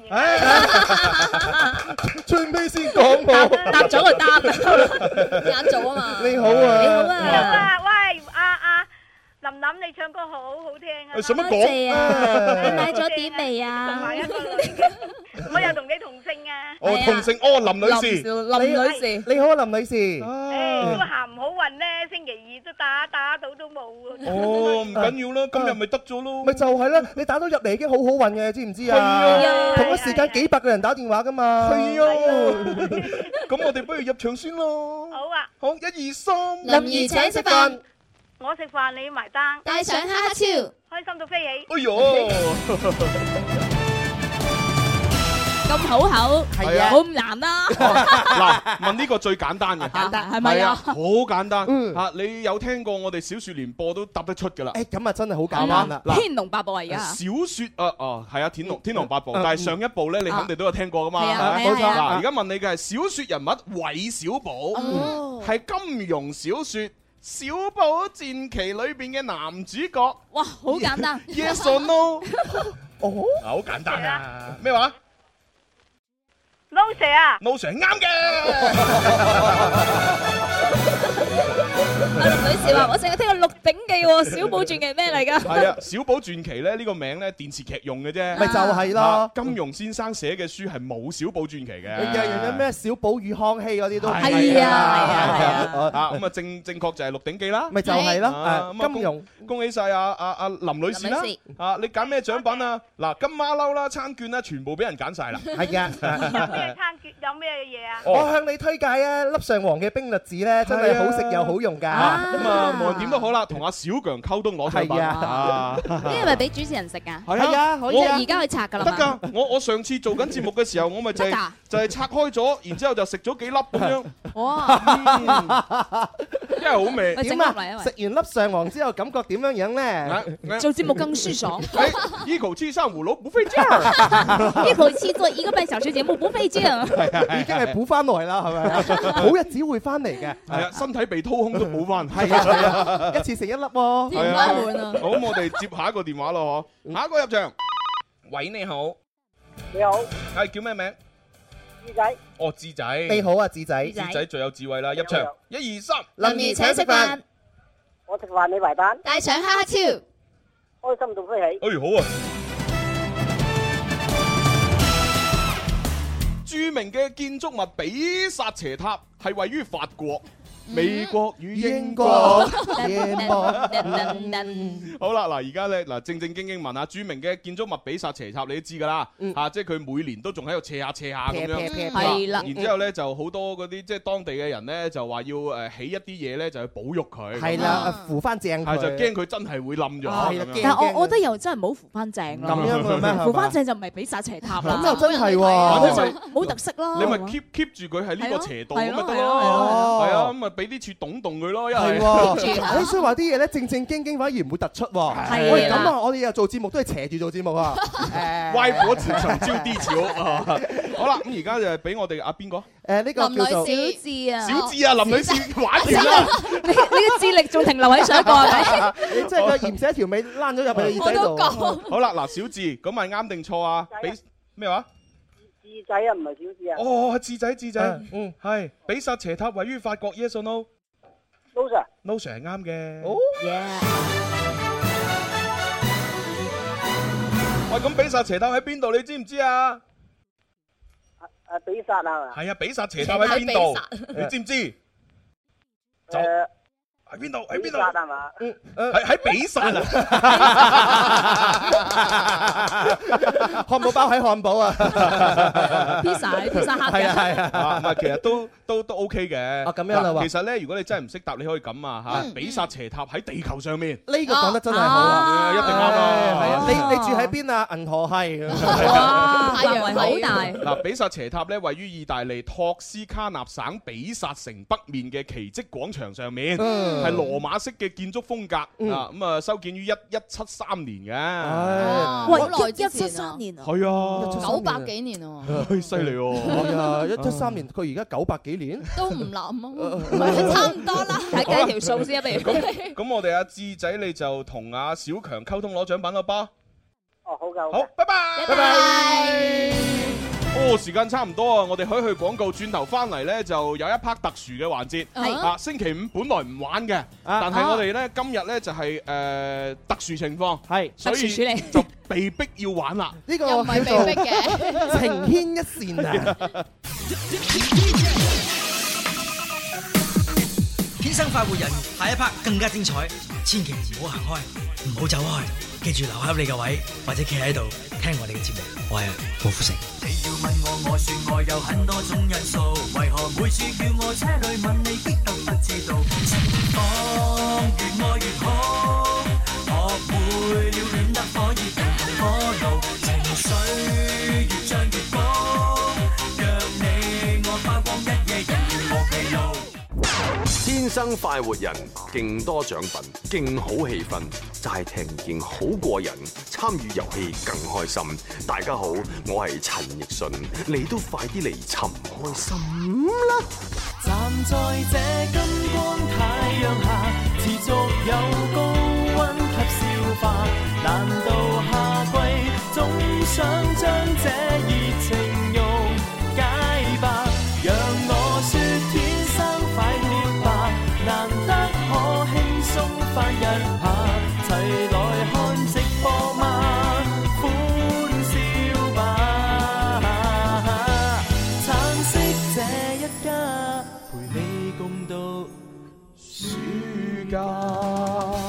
S15: 敬元。
S8: 最尾先講我，
S15: 答咗就答
S9: Dạ,
S8: 啱做啊嘛。你好
S7: à.
S9: à.
S8: 啊，
S15: 啊，喂，阿阿林林，你唱歌好好聽啊。
S7: Ờ, à.
S8: 使乜講多謝
S12: à?
S7: [LAUGHS]
S8: 啊你買
S15: 咗碟未啊？同埋一個
S12: [LAUGHS]
S15: 我又同你同姓啊。
S8: 哦，
S9: à.
S8: 同姓哦，林女士，
S9: 士，你好啊，林女士。
S7: À.
S9: Ờ.
S15: 誒，都行唔好運咧，星期二都打打到都冇啊。
S8: 哦，
S9: À.
S8: 唔緊要啦，今日咪得咗咯。
S9: 咪就係啦，你打到入嚟已經好好運嘅，知唔知
S8: 係啊
S9: 啊？同一時間幾百個人打電話噶嘛。
S8: 係啊，咁我哋不如入場先咯。
S15: 好
S7: à.
S15: 啊，
S8: 好一二三
S9: 林怡請食飯，
S15: 我食飯你埋單，
S3: 帶上哈哈超
S15: 開心到飛起。
S8: 哎
S7: [LAUGHS]
S8: 呦，
S12: 咁好口，
S8: 係啊
S12: 好唔難啦。
S8: 嗱，問呢個最簡單嘅，
S12: 簡單係咪啊嗯
S8: 係好簡單嚇，你有聽過我哋小説連播都答得出㗎啦。
S9: 誒，咁啊真係好簡
S8: 啱
S9: 單
S8: 啦
S9: 啦。
S8: 嗱
S12: 天龍八部啊，而家
S8: 小説啊哦，係啊，《天龍天龍八部》
S9: 嗯，
S8: 但係上一部咧，你肯定都有聽過噶嘛，
S9: 係啊
S8: 咪
S9: 係啊係
S8: 嗱，
S9: 啊
S8: 而家問你嘅係小説人物韋小
S12: 哦
S8: 寶，係金庸小説《小寶戰旗》裏邊嘅男主角。
S12: 哇，好簡單。
S8: Yes or no？哦，好簡單啊！咩話
S15: No sir 啊，
S8: ？No sir 啱嘅。
S12: 女士話：我成日聽過《鹿鼎記》喎，《小寶傳記》咩嚟㗎？
S8: 係啊，《小寶傳奇》咧呢個名咧電視劇用嘅啫，
S9: 咪就係啦
S8: 啊金庸先生寫嘅書係冇《小寶傳奇》嘅，
S9: 日日有咩小寶與康熙嗰啲都 à.
S8: 係 à, 啊，啊咁啊正正確就係《鹿鼎記》啦，
S9: 咪就係啦
S8: 啊
S9: 誒
S8: 咁啊
S9: 金庸
S8: 恭恭喜晒啊啊啊林女士啦
S9: 林女士，
S8: 啊你揀咩獎品啊？嗱金馬騮啦、餐券啦，全部俾人揀晒啦，À,
S9: 係啊。
S15: 餐券有咩嘢
S7: à.
S15: 啊？
S9: 我向你推介啊，粒上皇嘅冰栗子咧，真係好食又好用㗎。
S8: 啊咁啊無論點都好啦，同阿小強溝通攞獎品 À.
S9: 係啊
S12: 呢個咪俾主持人食㗎？
S8: 係啊
S12: 我
S8: 可以啊
S12: 而家去拆㗎啦
S8: 得
S12: 嘛。 [LAUGHS]
S8: 㗎，我我上次做緊節目嘅時候，我咪就
S12: 得
S8: 係
S12: 㗎
S8: 就係拆開咗，然之後就食咗幾粒咁樣，
S12: 哇！
S8: 真係好味。
S9: 點啊？食完粒上皇之後感覺點樣樣咧？
S12: 做節目更舒
S8: [LAUGHS]
S12: 爽。
S8: 一口氣上五樓不費勁兒
S12: 一口氣做一個半小時節目不費勁。
S9: [LAUGHS] 已經係補翻來啦，係咪？好日子會翻嚟嘅。
S8: [LAUGHS] 係啊，身體被掏空都冇翻，
S9: 係啊係啊，一次食一粒喎。
S8: 係啊好，咁我哋接下一個電話咯，嗬。下一個入場，喂，你好，
S16: 你好，
S8: 係叫咩名？
S16: 志仔，
S8: 哦，智仔，
S9: 你好啊，智仔。
S8: 智仔最有智慧啦，入場，一二三，
S16: 林兒請食飯，我食飯你埋單，
S3: 帶上哈哈超，
S16: 開心到飛起。
S8: 哎，好啊！著名嘅建築物比薩斜塔係位於法國、美國與英國。 [LAUGHS] 好啦，嗱，而家咧嗱，正正經經問啊下著名嘅建築物比薩斜塔，你都知㗎啦，
S9: 嗯
S8: 嚇，即係佢每年都仲喺度斜下斜下咁
S12: 嗯
S9: 劈劈劈
S8: 樣，
S9: 劈係啦
S8: 然之後咧就好多嗰啲即係當地嘅人咧就話要誒起一啲嘢咧就去保育佢，
S9: 係啦，扶翻正
S8: 係
S9: 佢。
S8: 就驚佢真係會冧咗
S9: 係啦
S8: 咁樣。
S12: 但哦我我覺得又真係唔好扶翻正咯。
S8: 咁樣嘅咩係嘛
S12: 扶翻正就唔係俾殺斜塔啦。
S9: 咁又真係喎
S8: Ờ,
S12: 冇特冇特色咯。
S8: 你咪 keep keep 住佢喺呢
S12: 係
S8: 個
S12: 咯
S8: 斜度咁咪
S12: 係咯
S8: 得
S12: 係咯係
S8: 咯，
S9: 咯
S8: 係啊，咁咪俾啲柱棟棟佢咯，一
S9: 哦係
S8: [LAUGHS] 係
S9: 喎，哎所以話啲嘢咧正正經經反而唔會突出
S8: 係
S9: 喎。喂，咁
S8: 啦
S9: 啊，我哋又做節目都係斜住做節目啊。
S8: 歪火前長招啲潮啊！好啦，咁而家就係俾我哋阿邊個？
S9: 誒呢個叫做
S12: 小智啊，
S8: 小智啊，林女士玩完 [LAUGHS] 啦，
S12: 你你嘅智力仲停留
S9: [LAUGHS]
S12: 喺上一個係咪？
S9: 你真係個鹽蛇條尾躝咗入去耳仔度。
S8: 好啦，嗱，小智，咁咪啱定錯啊？俾咩話？
S16: 志仔啊，唔係小志啊。
S8: 哦，智仔智仔
S16: 嗯，
S8: 嗯，係比薩斜塔位於法國，yes or no？no
S16: ，Lou Sir，
S8: sir 係啱嘅。
S9: 哦
S8: Hãy subscribe cho kênh Ghiền Mì Gõ Để không bỏ lỡ 喂，咁比薩斜塔喺邊度？你知唔知啊？
S16: 诶，比萨啊，
S8: 係啊，比薩斜塔喺邊
S16: 斜
S8: 度？
S16: 塔比薩
S8: 你知唔知？就
S16: 诶
S8: 喺邊度？喺邊
S16: 比
S8: 度？
S16: 萨系嘛？
S8: 嗯，喺喺比薩啊！
S9: 漢堡包喺漢堡啊
S8: Pizza-
S9: Pizza Hut 嘅
S8: 係啊係啊啊，唔係其實都都都 OK 嘅。啊
S9: 咁樣啦喎
S8: 其實咧，如果你真係唔識答，你可以咁啊
S9: 嗯
S8: 嚇，比薩斜塔喺地球上面。
S9: 呢個講得真係好哦啊，
S8: 一定啱啊
S9: 係啊，你你住喺邊啊？銀河系。
S12: 太陽好大
S8: 嗱，比薩斜塔咧位於意大利托斯卡納省比薩城北面嘅奇蹟廣場上面，
S9: 嗯
S8: 係羅馬式嘅建築風格
S9: 嗯
S8: 啊，咁啊修建於一一七三年
S9: 唉
S8: 嘅。
S9: 喂
S3: 好耐之前啊
S6: 173年啊
S8: 係
S9: 哦
S8: 啊，
S3: 九百幾年喎，
S8: 唉犀利喎！
S9: 係啊，一七三年，佢而家九百幾年。
S3: 都唔諗啊，差唔多啦，
S12: [LAUGHS] 睇計條數先啊，不如。
S8: 咁咁我哋阿志仔你就同阿小強溝通攞獎品咯噃。
S16: 哦，好噶，
S8: 好，拜拜，拜拜。哦，時間差唔多啊，我哋可以去廣告，轉頭翻嚟呢，就有一 part 特殊嘅環節。
S5: 係
S8: 啊，星期五本來唔玩
S17: 啊
S8: 嘅，但係我哋呢，今日呢，就係誒特殊情況，係所
S9: 特殊處
S8: 以就被逼要玩啦。
S9: [LAUGHS] 呢個
S3: 又唔係被逼嘅
S9: [LAUGHS] 情牽
S7: [LAUGHS]
S9: 一線啊！
S7: 天生快活人，下一 part 更加精彩，千祈唔好行開，唔好走開，記住留喺你嘅位，或者企喺度聽我哋嘅節目。我係郭富城。
S18: 你要問我，我說我有很多種因素，為何每次叫我車裏問你，激得不知道？情況越愛越好，學會了戀得可以平衡火爐，情緒越漲越高，讓你我花光一夜，仍然無疲勞。
S17: 天生快活人，勁多獎品，勁好氣氛，齋聽見好過癮，參與遊戲更開心。大家好，我係陳奕迅，你都快啲嚟尋開心啦！
S18: 站在這金光太陽下，持續有高溫及消化。難道夏季總想將這熱情溶解吧？讓我說天生快活吧，難得可輕鬆快一下，齊來看直播嗎？歡笑吧！橙色這一家，陪你共度暑假。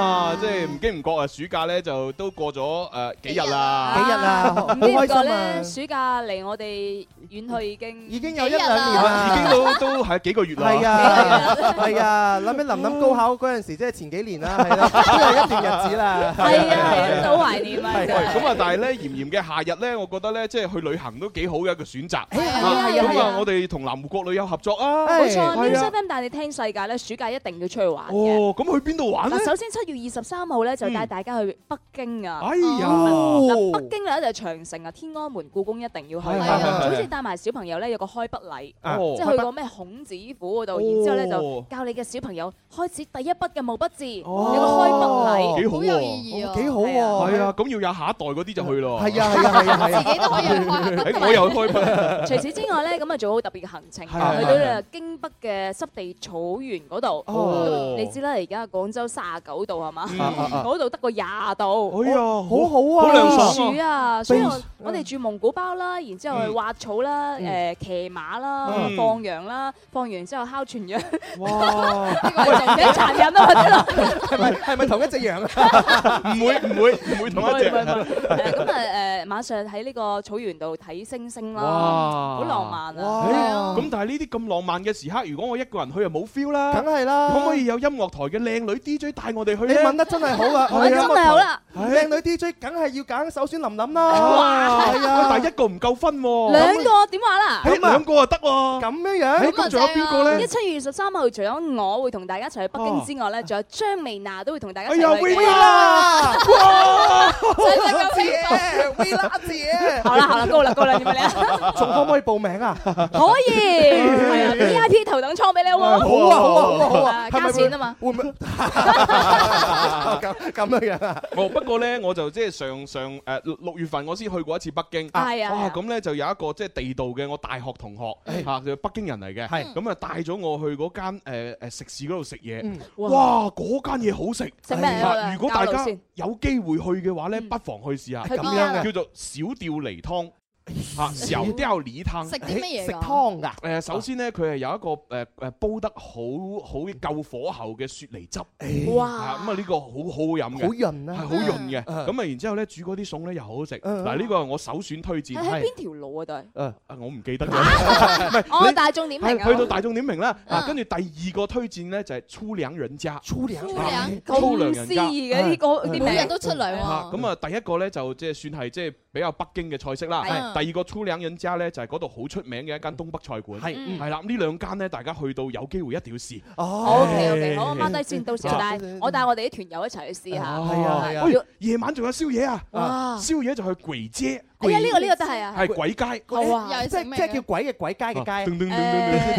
S8: 啊，即係唔經唔覺啊，暑假呢，就都過咗誒幾日啦，
S9: 幾日
S12: à.
S8: [LAUGHS]
S9: 啦好
S12: 啊唔知唔覺
S9: 開心
S12: 咧，
S9: 啊
S12: 暑假離我哋遠去已經已
S9: 經有一兩年啦
S8: 已經都都係幾個月啦。
S9: 係啊，係啊，諗起林林高考嗰陣時，即係前幾年啦，係啦，都有一段日子啦。
S12: 係
S8: à.
S12: 啊
S9: à,
S12: 係啊都好懷念啊
S8: 喂
S12: 真係
S8: 咁啊，但係咧炎炎嘅夏日咧，我覺得咧，即係去旅行都幾好嘅一個選擇。
S12: 係啊係啊
S8: 咁
S12: 係
S8: 啊
S12: 啊，
S8: 我哋同南湖國旅有合作啊。
S12: 冇錯
S8: 係啊
S12: News FM 帶你聽世界咧，暑假一定要出去玩嘅。
S8: 哦，咁去邊度玩咧
S12: 嗱，？首先七月二十三號咧就帶大家去北京啊！
S8: 哎呀
S12: 嗱北京咧就長城啊、天安門、故宮一定要去
S8: 係係係
S12: 啦。
S8: 係
S12: 好似帶埋小朋友咧有個開筆禮
S8: 啊，
S12: 即係去個咩孔子府嗰度，然之後咧
S8: 哦哦
S12: 就教你嘅小朋友開始第一筆嘅毛筆字，有個開筆禮，
S8: 幾好喎好有意
S12: 義啊！
S9: 幾好喎
S8: 係啊，咁要有下一代嗰啲就去咯。
S9: 係
S12: à,
S9: 啊係啊係啊係啊
S12: 自己都可以去開下
S8: 誒我又開筆。
S12: 除此之外咧，咁啊做好特別嘅行程，去
S8: 係
S12: 到
S8: 係
S12: 咧京北嘅濕地草原嗰度。
S8: 哦
S12: 咁你知啦，而家廣州三十九度係嘛？
S8: 嗯嗯嗯
S12: 嗰度得個廿度。
S8: 哎呀好
S9: 好啊好涼爽啊
S12: 避暑啊！所以我
S9: 避
S12: 我哋住蒙古包啦，然之後去挖草啦，誒騎馬啦
S8: 嗯，
S12: 放羊啦，放完之後烤全羊。
S9: 哇！
S12: [LAUGHS] 呢個係重點殘忍啊！我真係
S9: 係咪係咪同一隻羊啊？
S8: 唔會唔會唔會同一隻。
S12: 咁啊誒，晚上喺呢個草原度睇星星啦，
S8: 哇
S12: 好浪漫啊！係啊
S8: 哇！咁但係呢啲咁浪漫嘅時刻，如果我一個人去又冇 feel 啦。
S9: 梗係啦
S8: 可唔可以有音樂台嘅靚女 DJ 帶我哋去
S9: 你
S8: 咧
S9: 問得真係好啦，
S8: 我真 [LAUGHS] 係好啦
S9: 靚女 DJ 梗係要揀首選林 [LAUGHS]
S8: [LAUGHS]
S9: 琳啦，
S8: 哇
S9: 係啊，
S8: 喂但係一個唔夠分喎。
S12: 兩個點話啦？
S8: 誒兩個啊得喎。
S9: 咁樣樣，
S12: 咁啊
S9: 仲有邊個
S12: 正啊
S9: 咧
S12: 一？七月二十三號，除咗我會同大家一齊去北京之外咧，仲有張薇娜都會同大家一
S9: 哦哎呀
S12: 齊去。
S9: Vina！哇
S12: 真係咁
S9: 姐
S12: 興奮
S9: ，Vina 姐
S12: 好啦好啦，高啦高啦，點解咧？
S9: [LAUGHS] 仲可唔可以報名啊？
S12: 可以，
S9: [LAUGHS]
S12: 係啊，VIP
S9: 哎
S12: 頭等艙俾你好冇？
S9: 好啊好啊好啊好啊！
S12: 加錢啊嘛！
S9: 會唔會？咁咁樣樣啊。
S8: [LAUGHS] 哦，不過咧，我就即係上上誒六六月份我先去過一次北京，
S9: 係啊係
S8: 哇
S9: 啊
S8: 咁咧就有一個即係地道嘅我大學同學嚇，就北京人嚟嘅，
S9: 係
S8: 咁啊帶咗我去嗰間誒誒食肆嗰度食嘢
S9: 嗯，
S8: 哇嗰間嘢好食，
S9: 食咩啊
S8: 啊如果大
S9: 交流
S8: 家
S9: 先
S8: 有機會去嘅話咧，不妨去試下，
S9: 係咁邊啊
S8: 叫做小吊梨湯嚇，小吊梨湯，
S9: 食啲乜嘢㗎食湯㗎
S8: 誒，首先咧佢係有一個誒誒煲得好好夠火候嘅雪梨汁，
S9: 哇
S8: 啊咁啊呢個好好飲嘅，
S9: 好潤啊
S8: 係好潤嘅。
S9: 嗯
S8: 咁啊，然之後咧煮嗰啲餸咧又好好食。
S9: 嗯
S8: 嗱，呢個係我首選推薦。
S12: 係喺邊條路啊？都係
S8: 係啊我唔記得咗。 [LAUGHS] 唔係
S12: 哦
S8: 你
S12: 大眾點評啊
S8: 係去到大眾點評啦。啊，跟住第二個推薦咧就係粗糧人家。粗糧
S12: 粗糧
S8: 粗糧
S12: 咁
S8: 人
S12: 詩
S8: 家
S12: 意嘅呢個啲名
S3: 每日都出糧喎
S12: 哦
S8: 啊咁啊，第一個咧就即係算係即係比較北京嘅菜式啦。
S3: 係
S8: 第二個粗糧人家咧就係嗰度好出名嘅一間東北菜館。
S9: 係嗯
S8: 係啦，呢兩間咧大家去到有機會一定要試。
S12: O
S9: 哦
S12: K O K，好，我
S9: 哎
S8: 唉
S12: 掹低先，到時
S8: 啊
S12: 我帶我帶我哋啲團友一齊去試下。
S9: 哎
S8: 係啊係啊
S12: 如果
S8: 夜晚仲有宵夜啊！
S12: 哇
S8: 宵夜就去鬼街。
S12: 哎呀呢個呢個都係啊
S8: 係鬼街。啊
S12: 好啊。
S9: 即係即係叫鬼嘅鬼街嘅街。
S8: 噔噔噔
S12: 誒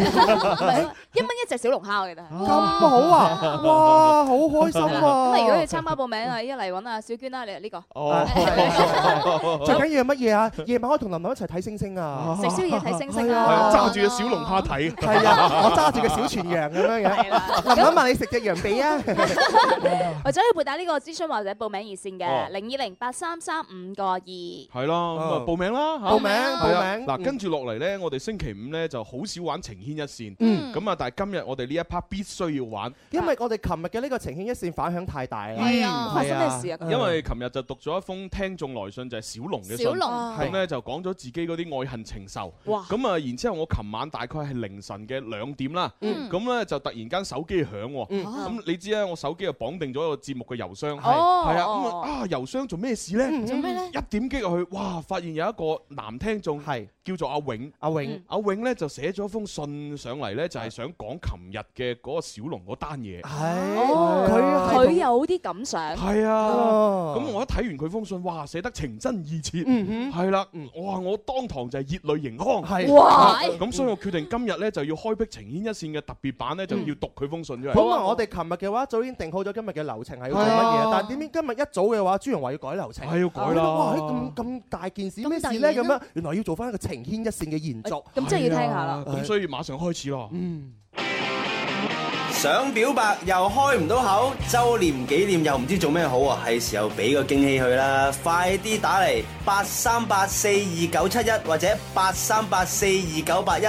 S12: 一蚊一隻小龍蝦嘅，但係
S9: 咁好 [LAUGHS] 啊！哇，好開心
S12: 咁啊，如果
S9: 啊
S12: 你！參加報名啊，一嚟揾阿小娟啦，你呢個 [LAUGHS]
S8: 哦
S9: 最緊要係乜嘢啊？夜晚可以同琳琳一齊睇星星啊！
S12: 食宵夜睇星星
S9: 係
S12: 啊
S8: 係揸住個小龍蝦睇。
S9: 係啊，我揸住個小全羊咁樣樣。琳琳問你食隻羊髀啊？ [LAUGHS]
S12: 或者可以撥打呢個諮詢或者報名熱線嘅
S8: 哦
S12: 零二零八三三五個二。
S8: 係啦，咁啊報名啦，嚇
S9: 報名
S8: 係啊
S9: 報名
S8: 嗱，
S9: 嗯
S8: 跟住落嚟咧，我哋星期五咧就好少玩情牽一線，
S9: 嗯
S8: 咁啊，但係今日我哋呢一 part 必須要玩。
S9: 因為我哋琴日嘅呢個情牽一線反響太大啦。
S8: 係
S9: 係
S8: 因為琴日就讀咗一封聽眾來信，就係小龍嘅信，
S9: 小龍
S8: 咁咧就講咗自己嗰啲愛恨情仇。
S9: 哇
S8: 咁啊，然之後我琴晚大概係凌晨嘅兩點啦，
S9: 嗯
S8: 咁咧就突然間手機響喎，咁你知咧，我手機就綁定咗個節目嘅郵箱，係
S9: 哦
S8: 啊，咁啊啊郵箱做咩事咧？做咩咧？一點擊入去，哇！發現有一個男聽眾係叫做阿永，
S9: 阿永
S8: 嗯，阿永咧就寫咗封信上嚟咧，就係想講琴日嘅嗰個小龍嗰單嘢。
S12: 哦，
S8: 係
S12: 佢
S8: 同
S12: 有啲感想。
S8: 係啊，
S12: 哦
S8: 咁我一睇完佢封信，哇，寫得情真意切，
S9: 嗯
S8: 係啦，哇，我當堂就係熱淚盈眶，
S9: 係哇
S8: 咁所以我決定今日咧就要開闢情牽一線嘅特別版咧，就
S9: 嗯
S8: 要讀佢封信出嚟。啊
S9: 本來我哋琴日嘅話早已經定好咗今日嘅流程係要做乜
S8: 係啊
S9: 嘢，但係點知今日一早嘅話，朱容話要改流程，
S8: 係要改啦
S9: 我覺得哇，咁咁大件事咩事咧？咁樣原來要做翻一個情牽一線嘅延續，
S12: 哦
S9: 啊
S12: 咁真係要
S8: 啊
S12: 聽下啦
S8: 咁所以馬上開始咯。
S9: 嗯
S19: 想表白又開唔到口，周年紀念又唔知做咩好啊！係時候俾個驚喜佢啦，快啲打嚟八三八四二九七一或者八三八四二九八一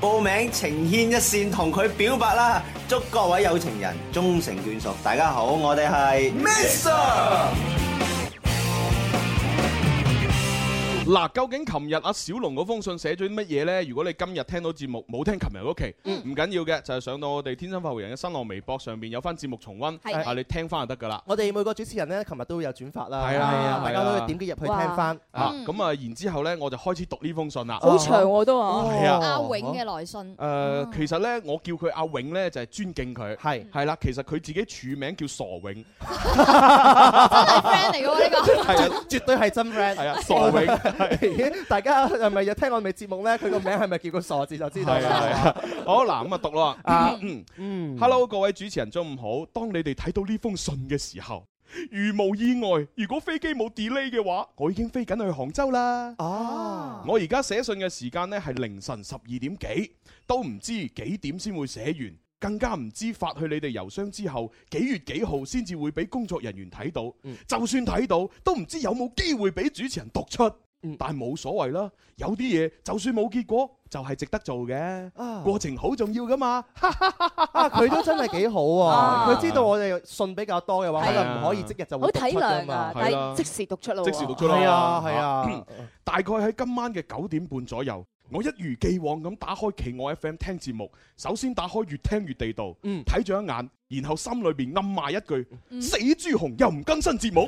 S19: 報名情牽一線同佢表白啦！祝各位有情人終成眷屬！大家好，我哋係 Mr。
S8: 嗯嗱，究竟琴日阿小龍嗰封信寫咗啲乜嘢呢？如果你今日聽到節目冇聽琴日嗰期，
S9: 嗯
S8: 唔緊要嘅，就係上到我哋天生發回人嘅新浪微博上邊有翻節目重温，
S9: 係
S8: 啊，你聽翻就得噶啦。
S9: 我哋每個主持人咧，琴日都會有轉發啦，啊
S8: 係啦係啦
S9: 大家都會點擊入去聽翻。
S8: 啊，咁啊，然之後呢，我就開始讀呢封信啦。
S12: 嗯好長我都啊。嗯
S8: 係啊
S3: 阿永嘅來信，
S8: 誒，其實咧，我叫佢阿永咧，就係尊敬佢，係係啦。其實佢自己署名叫
S3: [LAUGHS]
S8: 傻永，
S3: friend 嚟嘅喎呢個。
S8: 係啊，
S9: 絕對係真 friend，
S8: 係啊，傻
S9: [LAUGHS]
S8: 永。 [LAUGHS]
S9: 咦 [LAUGHS] 大家係咪有聽我哋節目咧？佢個名係咪叫個傻字就知道
S8: 係啊係
S9: 啦。
S8: 啊， [LAUGHS] 好嗱咁啊讀咯啊，Hello 各位主持人中午好，當你哋睇到呢封信嘅時候，如無意外，如果飛機冇 delay 嘅話，我已經飛緊去杭州啦。
S9: 哦，
S8: 我而家寫信嘅時間呢係凌晨十二點幾，都唔知幾點先會寫完，更加唔知發去你哋郵箱之後幾月幾號先至會俾工作人員睇到。就算睇到，都唔知有冇機會俾主持人讀出。但冇所謂啦，有啲嘢就算冇結果，就係值得做嘅。
S9: 啊
S8: 過程好重要噶嘛。
S9: 啊，佢都真係幾好
S8: [LAUGHS] 啊
S9: 啊！佢知道我哋信比較多嘅話，可
S8: 係啊
S9: 能唔可以即日就
S12: 好
S9: 會讀
S12: 體
S9: 出㗎
S12: 諒
S9: 嘛
S12: 啊，但係即時讀出咯喎。
S8: 即時讀出啦。
S9: 係啊係啊
S8: 大概喺今晚嘅九點半左右，我一如既往咁打開企鵝 FM 聽節目。首先打開越聽越地道，
S9: 嗯
S8: 睇咗一眼，然後心裏邊暗罵一句：
S12: 嗯
S8: 死豬紅又唔更新節目。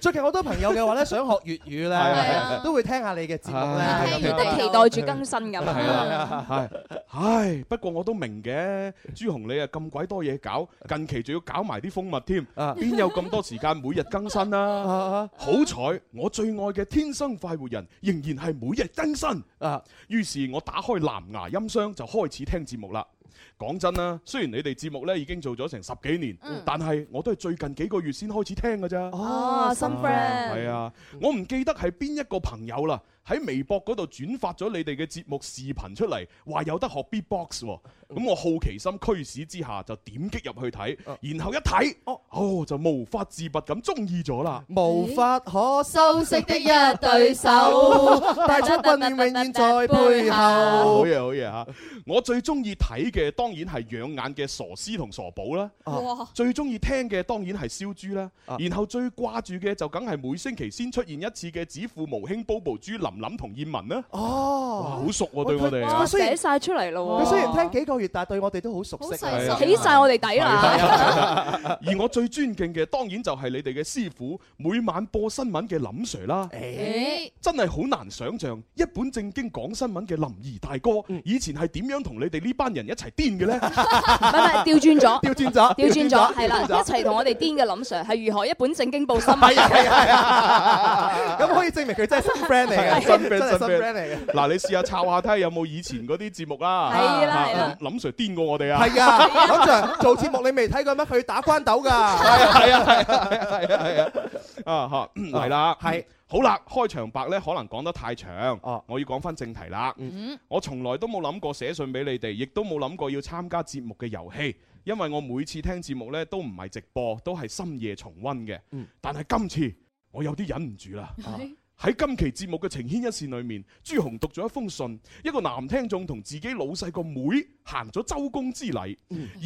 S9: 最近好多朋友嘅話咧，想學粵語
S8: 係啊係啊
S9: 咧，都會聽下你嘅節目咧，
S8: 係
S9: 係咁
S12: 聽
S9: 樣
S12: 完都期待住更新咁
S8: 係啦，係，唉，不過我都明嘅，朱紅你啊咁鬼多嘢搞，近期仲要搞埋啲蜂蜜添，邊有咁多時間每日
S9: [LAUGHS]
S8: 更新啊？好彩我最愛嘅天生快活人仍然係每日更新啊！於是我打開藍牙音箱就開始聽節目啦。講真啦，雖然你哋節目咧已經做咗成十幾年，但係我都係最近幾個月先開始聽㗎咋。
S3: 哦新 friend
S8: 係啊，我唔記得係邊一個朋友啦。喺微博嗰度轉發咗你哋嘅節目視頻出嚟，話有得學 beatbox 喎。
S3: 嗯
S8: 咁我好奇心驅使之下就點擊入去睇，然後一睇，哦就無法自拔咁中意咗啦。
S9: 無法可
S3: 修飾的一對手
S9: 帶出溫暖永遠在背後
S8: 好。嘢好嘢嚇！我最中意睇嘅當然係養眼嘅傻師同傻寶啦
S9: 哇，
S8: 最中意聽嘅當然係燒豬啦，然後最掛住嘅就梗係每星期先出現一次嘅指父無兄 Bobo 豬林林同燕文啦。哇，
S9: 哦，
S8: 好熟喎對我哋啊
S12: 哇，！寫晒出嚟咯
S9: 佢雖然
S12: 喎，
S9: 聽幾個月，但係對我哋都好熟悉
S8: 細心
S9: 啊。
S12: 起晒我哋底啦。
S8: [LAUGHS] 而我最尊敬嘅當然就係你哋嘅師傅，每晚播新聞嘅林 Sir 啦。
S12: 誒
S8: 真係好難想像，一本正經講新聞嘅林怡大哥，以前係點樣同你哋呢班人一齊癲嘅呢？
S12: 唔 [LAUGHS] 係唔係，調轉咗，
S9: 調轉咗
S12: 調轉咗，
S9: 調轉咗
S12: 係啦，
S9: 調轉咗
S12: 一齊同我哋癲嘅林 Sir 係如何一本正經報新聞？
S9: 咁可以證明佢真係新 friend 嚟
S8: 係啊
S9: 嘅，
S8: [LAUGHS] 新 friend，
S9: 真係
S8: 新
S9: 新
S8: friend
S9: friend 嚟嘅。
S8: 嗱，你試下抄下睇下有冇以前嗰啲節目啦。
S9: 係啦
S8: 啊
S9: 係啦
S8: 林林 Sir 癲過我哋啊！
S9: 係啊， [LAUGHS] 諗住做節目你未睇過咩？佢打關鬥㗎。
S8: 係啊，係啊，係啊，係啊，啊嚇，嚟啦，
S9: 係
S8: 好啦，開場白咧可能講得太長，我要講翻正題啦。我從來都冇諗過寫信俾你哋，亦都冇諗過要參加節目嘅遊戲，因為我每次聽節目咧都唔係直播，都係深夜重温嘅。但係今次我有啲忍唔住啦。嗯啊喺今期節目嘅情牽一線裏面，朱紅讀咗一封信，一個男聽眾同自己老細個妹行咗周公之禮，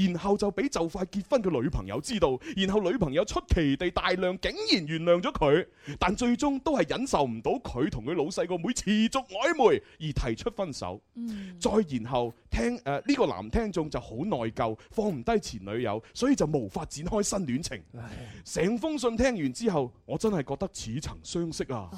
S8: 然後就俾就快結婚嘅女朋友知道，然後女朋友出奇地大量竟然原諒咗佢，但最終都係忍受唔到佢同佢老細個妹持續曖昧而提出分手。再然後聽誒呢、個男聽眾就好內疚，放唔低前女友，所以就無法展開新戀情。成封信聽完之後，我真係覺得似曾相識啊！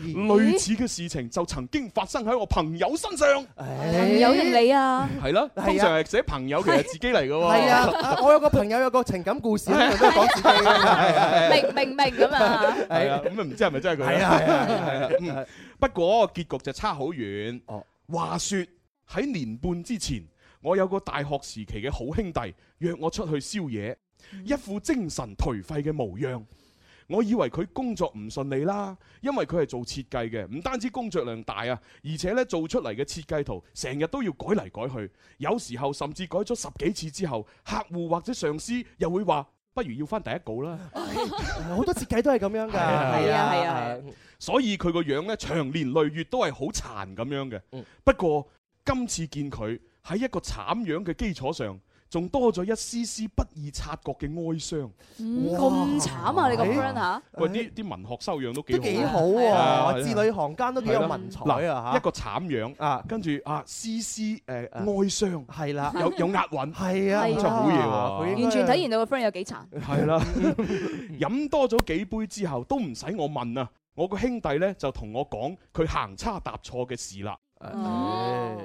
S8: 類似嘅事情就曾經發生喺我朋友身上。
S12: 朋友定你啊？
S8: 係啦，
S9: 係啊
S8: 通常係寫朋友，其實自己嚟嘅喎。
S9: 係啊，我有個朋友有個情感故事，佢都講自己嘅。
S12: 明明明咁啊！
S8: 係啊，咁啊唔知係咪真係佢？
S9: 係啊係啊
S8: [LAUGHS] 係啊嗯。不過結局就差好遠。哦，話説喺年半之前，我有個大學時期嘅好兄弟約我出去宵夜，一副精神頹廢嘅模樣。我以為佢工作唔順利啦，因為佢係做設計嘅，唔單止工作量大啊，而且咧做出嚟嘅設計圖成日都要改嚟改去，有時候甚至改咗十幾次之後，客戶或者上司又會話：不如要翻第一稿啦。
S9: 好多設計都係咁樣㗎。
S8: 係啊係啊
S9: 係
S8: 所以佢個樣咧長年累月都係好殘咁樣嘅。
S9: 嗯
S8: 不過今次見佢喺一個慘樣嘅基礎上，仲多咗一絲絲不易察覺嘅哀傷。
S12: 嗯咁慘啊！你個 friend 嚇，
S8: 喂，啲啲文學修養都幾
S9: 都幾好
S8: 係啊
S9: 喎，字裏行間都幾有文采
S8: 係啦
S9: 啊
S8: 嗱
S9: 嚇啊
S8: 一。個慘樣啊，跟住啊，絲絲誒哀傷，
S9: 係啦
S8: 有有押韻，
S9: 係啊
S8: 真係好嘢喎，
S12: 完全體現到個 friend 有幾慘。
S8: 係啦，飲多咗幾杯之後都唔使我問啊，我個兄弟呢就同我講佢行差踏錯嘅事啦。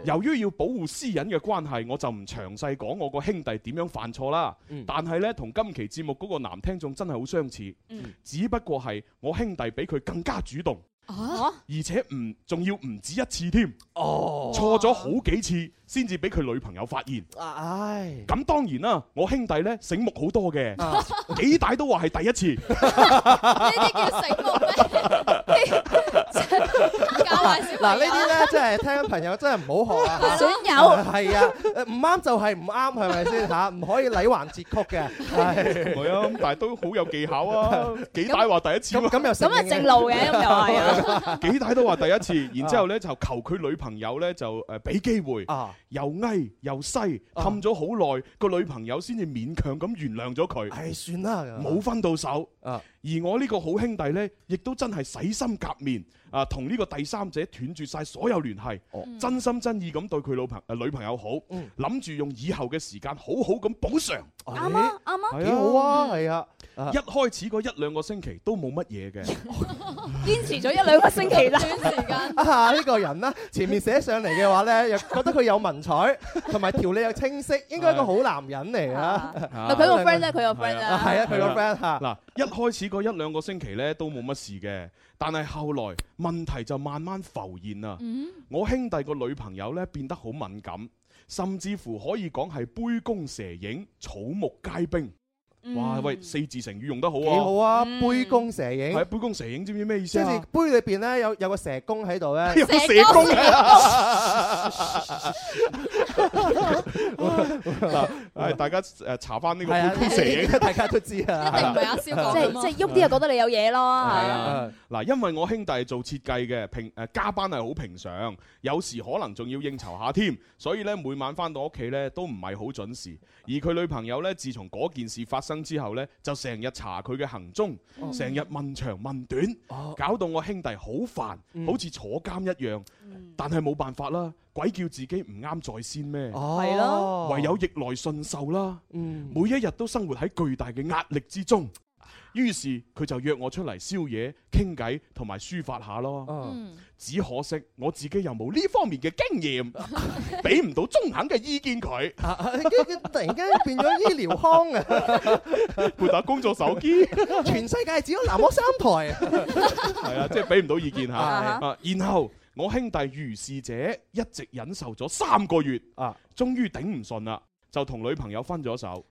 S8: 由於要保護私隱嘅關係，我就唔詳細講我個兄弟點樣犯錯啦。但係呢，同今期節目嗰個男聽眾真係好相似，
S12: 嗯
S8: 只不過係我兄弟比佢更加主動。
S12: 啊！
S8: 而且唔仲要唔止一次添，哦，錯咗好幾次先至俾佢女朋友發現。
S9: 唉。
S8: 咁當然啦，我兄弟呢醒目好多嘅，幾大都話係第一次。
S12: [LAUGHS]
S9: [LAUGHS]
S12: 啊
S9: 嗱呢啲咧，真係聽緊朋友真係唔好學啊！
S12: 損友
S9: 係啊，誒唔啱就係唔啱，係咪先嚇？唔可以禮還節曲嘅，係
S8: 係啊，咁但係都好有
S9: [LAUGHS]
S8: 技巧啊，幾大話第一次。咁
S9: 咁又
S12: 咁啊正路嘅，咁又係啊。
S8: [LAUGHS] 幾大都話第一次，然之後咧就求佢女朋友咧就誒俾機會，又翳又西，氹咗好耐，個女朋友先至勉強咁原諒咗佢。
S9: 唉，算啦，
S8: 冇分到手。而我呢個好兄弟呢，亦都真係洗心革面啊，同呢個第三者斷絕晒所有聯繫，真心真意咁對佢老朋、呃女朋友好，諗住用以後嘅時間好好咁補償。
S12: 啱啊啱啊，
S8: 係嗯
S9: 幾好啊，係啊，
S8: 一開始嗰一兩個星期都冇乜嘢嘅，
S12: 堅持 [LAUGHS] 咗一兩個星期啦。
S9: 啊呢個人啦，前面寫上嚟嘅話咧，又覺得佢有文采，同埋條理又清晰，應該係一個好男人嚟啊！
S12: 咪佢個 friend 咧，佢個 friend 啦。
S9: 係啊，佢個 friend 嚇，
S8: 嗱，一開始嗰一兩個星期呢都冇乜事嘅，但係後來啊
S12: 嗯
S8: 問題就慢慢浮現啦。我兄弟個女朋友呢變得好敏感，甚至乎可以講係杯弓蛇影、草木皆兵。
S12: 嗯
S8: 哇！喂，四字成語
S9: [LAUGHS]
S8: 用得好啊，
S9: 幾好啊！杯弓蛇影，
S8: 係杯弓蛇影，知唔知咩意
S9: 即
S8: 思
S9: 係
S8: 啊？
S9: 杯裏邊咧有有個蛇公喺度咧，
S8: [LAUGHS] 有個蛇公
S9: [LAUGHS]
S8: 嗱，係大家啊誒查翻呢個杯弓蛇影，
S9: 啊 [LAUGHS] 大家都知啊，
S8: 一定唔係
S12: 阿蕭
S8: 講㗎嘛
S12: 即係即係喐啲就覺得你有嘢
S8: 係
S12: 咯。
S8: 啊，嗱，因為我兄弟做設計嘅，平誒加班係好平常，有時可能仲要應酬下添，所以咧每晚翻到屋企咧都唔係好準時。而佢女朋友咧，自從嗰件事發生之後咧，就成日查佢嘅行蹤
S17: 哦，
S8: 成日問長問短，搞到我兄弟好煩，好似坐監一樣。但係冇辦法啦，鬼叫自己唔啱在先咩？
S9: 係咯
S8: 唯有逆來順受啦。每一日都生活喺巨大嘅壓力之中。於是佢就約我出嚟宵夜傾偈同埋抒發下咯。
S9: 嗯
S8: 只可惜我自己又冇呢方面嘅經驗，俾唔到中肯嘅意見佢。
S9: 啊突然間變咗醫療康啊！
S8: [LAUGHS] 撥打工作手機。
S9: 全世界只有南摩三台。
S8: 係啊，即係俾唔到意見嚇。
S9: 啊
S8: 啊，然後我兄弟如是者一直忍受咗三個月，啊，終於頂唔順啦，就同女朋友分咗手。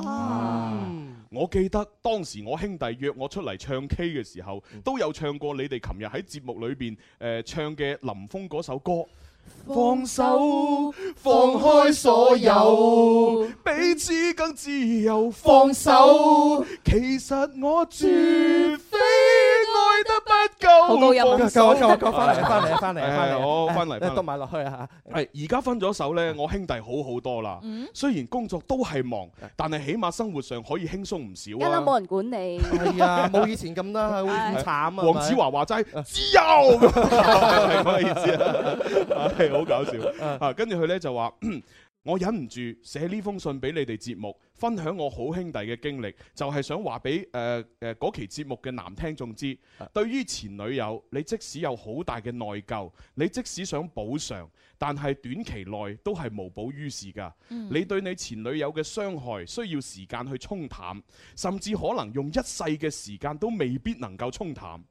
S8: 啊我記得當時我兄弟約我出嚟唱 K 嘅時候，
S9: 嗯
S8: 都有唱過你哋琴日喺節目裏邊誒唱嘅林峰嗰首歌。放手，放開所有，彼此更自由。放手，其實我絕非愛得不夠。
S9: 好高音啊
S8: 放
S9: 夠
S8: 手
S9: 啊夠啊夠啊翻嚟啊翻嚟啊翻嚟啊
S8: 係
S9: 翻嚟啊
S8: 我翻嚟，
S9: 你
S8: 翻嚟
S9: 讀埋落去啊嗯
S8: 係而家分咗手呢，我兄弟好好多啦
S12: 嗯。
S8: 雖然工作都係忙，
S9: 嗯
S8: 但係起碼生活上可以輕鬆唔少
S12: 梗啦，
S8: 啊。
S12: 冇人管你。
S9: 係啊，冇以前咁啦，好慘啊！
S8: 黃子華話齋，之優係咁嘅意思啊，係好搞笑啊！跟住佢咧就話。我忍唔住寫呢封信俾你哋節目，分享我好兄弟嘅經歷，就係、想話俾誒誒嗰期節目嘅男聽眾知，對於前女友，你即使有好大嘅內疚，你即使想補償，但係短期內都係無補於事㗎。
S17: 嗯
S8: 你對你前女友嘅傷害需要時間去沖淡，甚至可能用一世嘅時間都未必能夠沖淡。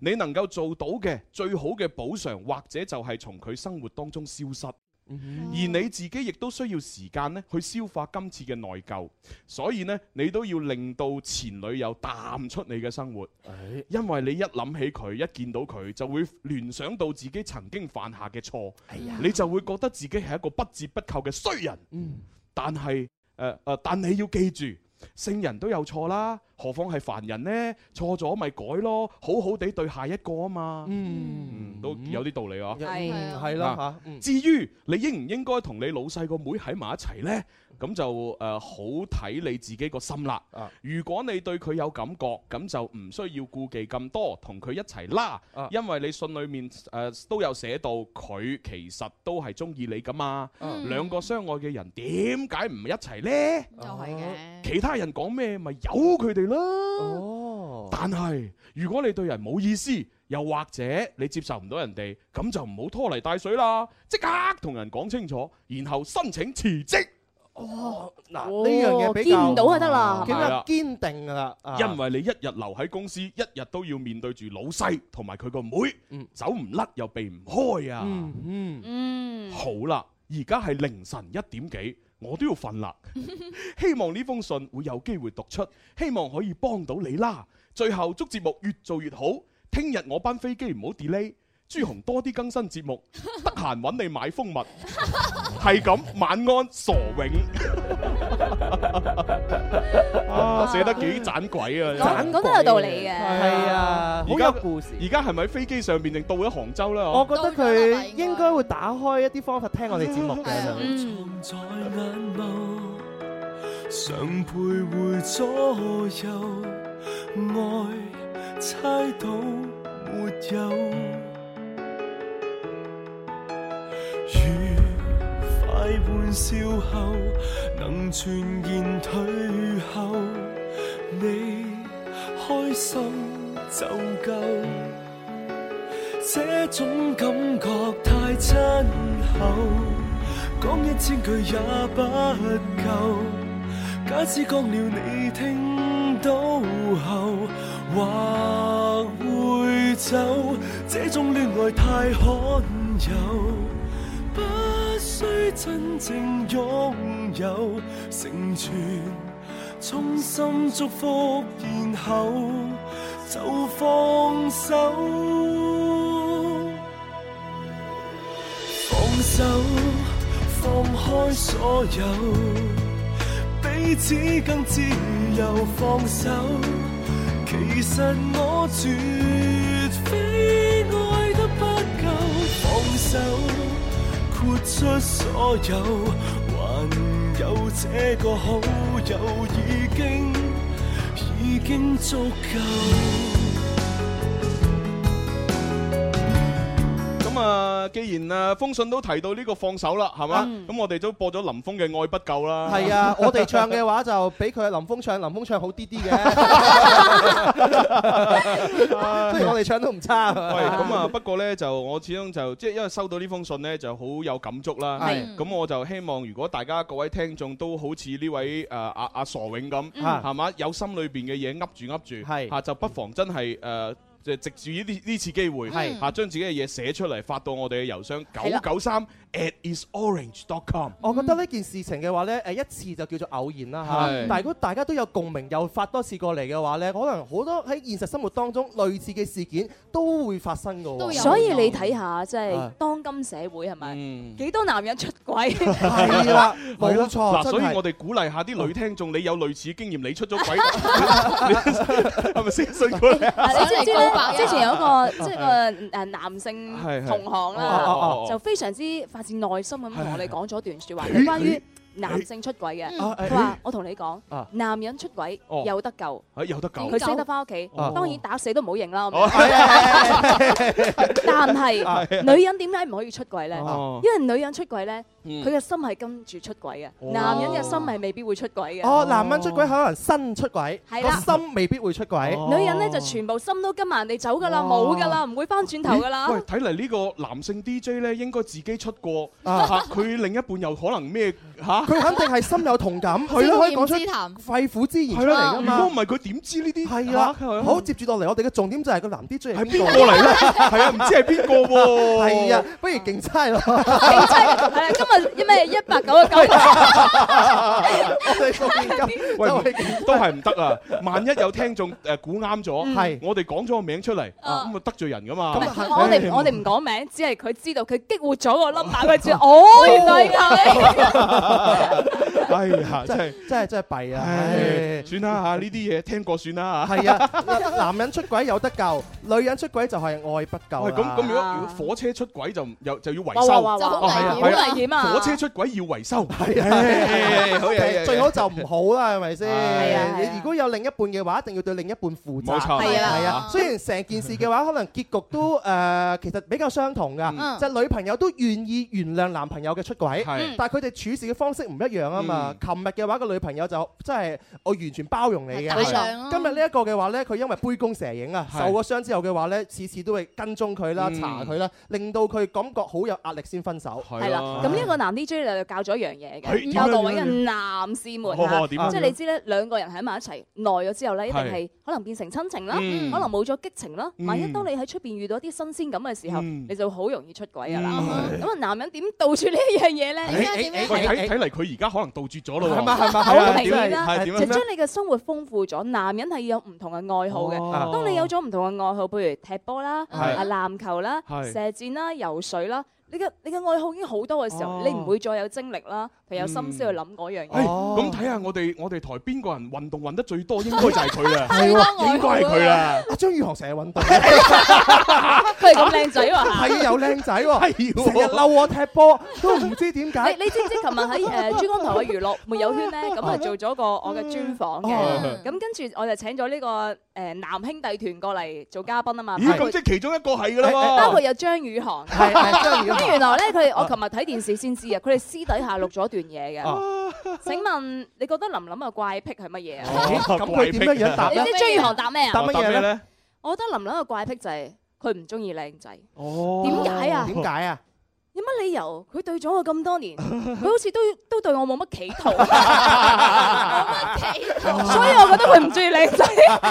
S8: 你能夠做到嘅最好嘅補償，或者就係從佢生活當中消失。而你自己亦都需要時間咧去消化今次嘅內疚，所以呢，你都要令到前女友淡出你嘅生活，因為你一諗起佢，一見到佢就會聯想到自己曾經犯下嘅錯，你就會覺得自己係一個不折不扣嘅衰人。但係誒誒，但你要記住，聖人都有錯啦，何況係凡人呢？錯咗咪改咯，好好地對下一個啊嘛。嗯，都有啲道理啊。
S9: 係嗯係啦嚇嗯
S8: 至於你應唔應該同你老細個妹喺埋一齊呢？咁就誒、呃好睇你自己個心啦。
S9: 啊
S8: 如果你對佢有感覺，咁就唔需要顧忌咁多，同佢一齊啦。
S9: 啊
S8: 因為你信裡面誒、呃都有寫到，佢其實都係中意你噶嘛。
S17: 嗯
S8: 兩個相愛嘅人點解唔一齊呢？
S3: 就係嘅。
S8: 其他人講咩咪由佢哋啦。哦，但係如果你對人冇意思，又或者你接受唔到人哋，咁就唔好拖泥帶水啦，即刻同人講清楚，然後申請辭職。
S9: 哦，嗱
S12: 哦
S9: 呢樣嘢比較
S12: 見唔到就得啦
S9: 比
S8: 係
S9: 較
S8: 啦
S9: 堅定噶啦。啊
S8: 因為你一日留喺公司，一日都要面對住老細同埋佢個妹，走唔甩又避唔開啊！
S9: 嗯
S12: 嗯，
S8: 好啦，而家係凌晨一點幾，我都要瞓啦。希望呢封信會有機會讀出，希望可以幫到你啦。最後祝節目越做越好，聽日我班飛機唔好 delay。朱紅多啲更新節目， [LAUGHS] 得閒揾你買蜂蜜， [LAUGHS] 係咁晚安傻永。 [LAUGHS] 啊，寫得幾盞鬼啊！
S12: 講講得有道理嘅。
S9: 係啊，好
S8: 而家
S9: 有故事。
S8: 而家係咪飛機上邊定到咗杭州啦？
S9: 我覺得佢應該會打開一啲方法聽我哋節目嘅。
S18: 藏在眼眸，常徘徊左右，愛猜到沒有？愉快玩笑後，能全然退後，你開心就夠。這種感覺太親厚，講一千句也不夠。假使講了你聽到後，或會走。這種戀愛太罕有，不須真正擁有，成全衷心祝福，然後就放手，放手，放開所有，彼此更自由，放手。其實我絕非愛得不夠，放手，豁出所有，還有這個好友已經已經足夠。
S8: 咁啊，既然啊封信都提到呢個放手啦，係嘛？咁我哋都播咗林峰嘅《愛不夠》啦。
S9: 係啊，我哋
S8: [LAUGHS]
S9: 唱嘅話就俾佢林峰唱，林峰唱好啲
S12: [LAUGHS]
S9: 啲嘅。雖然我哋唱都唔差。
S8: 喂，咁啊，不過咧就我始終就即係因為收到呢封信咧就好有感觸啦。
S9: 係
S8: 咁我就希望如果大家各位聽眾都好似呢位誒阿阿傻永咁，
S9: 嗯
S8: 係嘛？有心裏邊嘅嘢噏住噏住，係嚇就不妨真係誒。就藉住呢啲呢次機會，
S9: 係
S8: 嚇將自己嘅嘢寫出嚟，發到我哋嘅郵箱
S9: 係啦
S8: 九九三 at isorange.com。
S9: 我覺得呢件事情嘅話呢，誒一次就叫做偶然啦嚇。
S8: 係
S9: 但係如果大家都有共鳴，又發多次過嚟嘅話呢，可能好多喺現實生活當中類似嘅事件都會發生嘅喎。
S12: 所以你睇下，即
S9: 啊
S12: 係當今社會係咪幾多男人出軌？
S9: 嗯係啦冇錯
S8: 嗱，
S9: 真係
S8: 所以我哋鼓勵下啲女聽眾，你有類似經驗，你出咗軌，你你係咪先信
S12: [LAUGHS]
S8: 過你？
S12: 嗱你知唔知咧
S3: 想嚟告白？一下
S12: 之前有
S8: 啊
S12: 個即係個誒男性
S8: 係係
S12: 同行
S8: 哦哦
S12: 啦
S8: 哦，
S12: 就非常之發自內心咁同我哋講咗段説話，
S8: 係
S12: 關於男性出軌嘅。
S8: 啊誒
S12: 佢話：我同你講
S8: 啊，
S12: 男人出軌
S8: 哦
S12: 有得救。
S8: 啊有得救，
S12: 佢死得翻屋企
S8: 哦，
S12: 當然打死都唔好認啦。
S8: 哦
S12: 咁樣 [LAUGHS] 但係
S8: [LAUGHS] 係
S12: 女人點解唔可以出軌咧
S8: 哦？
S12: 因為女人出軌咧，
S8: 嗯
S12: 佢嘅心係跟住出軌嘅，
S9: 哦
S12: 男人嘅心係未必會出軌嘅。
S9: 哦，男人出軌可能身出軌，
S12: 係
S9: 個
S12: 啦
S9: 心未必會出軌。
S12: 女人咧就全部心都跟埋人哋走噶啦，冇噶啦，唔會翻轉頭噶啦
S8: 咦。喂，睇嚟呢個男性 DJ 咧，應該自己出過
S9: 啊
S8: 嚇，佢另一半有可能咩嚇？
S9: 佢肯定係心有同感，佢嗯都可以講出肺腑之言出嚟㗎嘛。
S8: 如果唔係佢點知呢啲？
S9: 係啦，
S8: 嚇係啊
S9: 好接住落嚟，我哋嘅重點就係個男 DJ 係邊
S8: 邊個嚟咧係啊唔知係邊個喎
S9: 係啊，不如競猜
S8: [LAUGHS]
S9: 咯。
S12: 競猜係啊今日咩一百九啊九？
S8: [LAUGHS] 喂，都係唔得啊！萬一有聽眾誒估啱
S9: 嗯
S8: 咗，係我哋講咗個名出嚟，
S12: 啊
S8: 咁啊得罪人噶嘛？
S12: 我哋我哋唔講名，只係佢知道佢激活咗個 number，佢知
S8: [LAUGHS]
S12: 道哦，原來
S8: 係。 [LAUGHS] 哎呀，真係
S9: 真係真係弊啊！
S8: 唉，算啦嚇，呢啲嘢聽過算啦嚇。
S9: 係啊，男人出軌有得救，女人出軌就係愛不夠
S8: [LAUGHS] 喂，咁咁如果如果
S9: 啦。
S8: 火車出軌就唔又就要維
S9: 哇
S8: 修，
S9: 哇哇就好
S8: 哦係
S9: 危險
S8: 係
S9: 好危險啊
S8: 火車出軌要維修，
S9: 係
S8: 啊好嘢，
S9: 最好就唔好啦，係咪先？
S8: 係啊
S9: 你如果有另一半嘅話，一定要對另一半負責。
S8: 冇錯係啊
S9: 係啊。雖然成件事嘅話，可能結局都誒其實比較相同㗎，
S8: 嗯
S9: 就係女朋友都願意原諒男朋友嘅出軌
S8: 係，
S9: 但係佢哋處事嘅方式唔一樣啊嘛。琴日嘅話，個女朋友就真係我完全包容你嘅。
S18: 係大量咯
S9: 今日呢一個嘅話呢，佢因為杯弓蛇影啊，
S18: 係
S9: 受咗傷之後嘅話呢，次次都會跟蹤佢啦、查佢啦，令到佢感覺好有壓力先分手。
S12: 係啦，咁呢一個男 DJ 就教咗一樣嘢
S9: 係
S12: 嘅，教各位
S9: 點
S12: 嘅
S9: 樣咧
S12: 男士們
S9: 哦
S12: 嚇
S9: 哦點樣
S12: 即係你知咧，兩個人喺埋一齊耐咗之後咧，一定
S9: 係
S12: 係可能變成親情啦，
S9: 嗯
S12: 可能冇咗激情啦。
S9: 嗯
S12: 萬一當你喺出邊遇到啲新鮮感嘅時候，
S8: 嗯
S12: 你就好容易出軌噶啦
S8: 嗯。
S12: 咁啊，男人點杜絕呢一樣嘢咧？
S8: 誒誒喂睇睇嚟佢而家可能杜絕咗咯喎，
S9: 係嘛啊係嘛
S12: 好明顯啦，
S8: 係
S12: 就
S8: 點
S12: 將
S8: 樣咧？
S12: 你嘅生活豐富咗。男人係有唔同嘅愛好
S8: 哦
S12: 嘅，當你有咗唔同嘅愛好，譬如踢波啦、
S8: 係
S12: 啊籃球啦、
S8: 係
S12: 射箭啦、游水啦。你嘅你嘅愛好已經好多嘅時
S8: 哦
S12: 候，你唔會再有精力啦，同有心思去諗嗰樣
S8: 誒
S12: 嘢。
S9: 哦
S8: 哎咁睇下我哋我哋台邊個人運動運得最多，應該
S12: 啊
S8: 就係佢
S12: [LAUGHS]
S8: 啦，
S9: 係喎
S8: 應該係佢啦。
S9: 阿張宇航成日運動，
S12: 佢係
S9: Ờ.
S12: 咁靚仔喎嚇
S9: 係啊又靚仔
S8: 喎，
S9: 成日嬲我踢波，都唔知點解。
S12: 你你知唔知琴日喺誒珠江台嘅娛樂沒有
S8: [LAUGHS]
S12: 圈咧，咁啊做咗個我嘅專訪嘅
S8: 嗯，
S12: 咁跟住我就請咗呢個誒男兄弟團過嚟做嘉賓啊嘛。
S8: 咦，
S12: 包括
S8: 咁即係其中一個係㗎啦喎。
S12: 包括有張宇航，
S8: 係係張宇航
S12: 咁原來咧，
S8: 啊
S12: 佢我琴日睇電視先知啊，佢哋私底下錄咗段嘢
S8: 嘅。
S12: 請問你覺得林琳嘅怪癖係乜嘢
S8: 咦
S12: 啊？
S8: 哦 [LAUGHS] 咁佢點樣樣答
S12: 你
S8: 咧
S12: 知張宇航答咩啊？
S8: 哦答乜嘢咧？
S12: 我覺得林琳嘅怪癖就係佢唔中意靚仔。
S8: 哦
S12: 點解啊
S9: à? 點解啊？
S12: 有乜理由？佢對咗我咁多
S8: [LAUGHS]
S12: 年，佢好似都都對我冇乜企圖，冇乜企圖，所以我覺得佢唔中意靚
S8: [LAUGHS]
S12: 仔。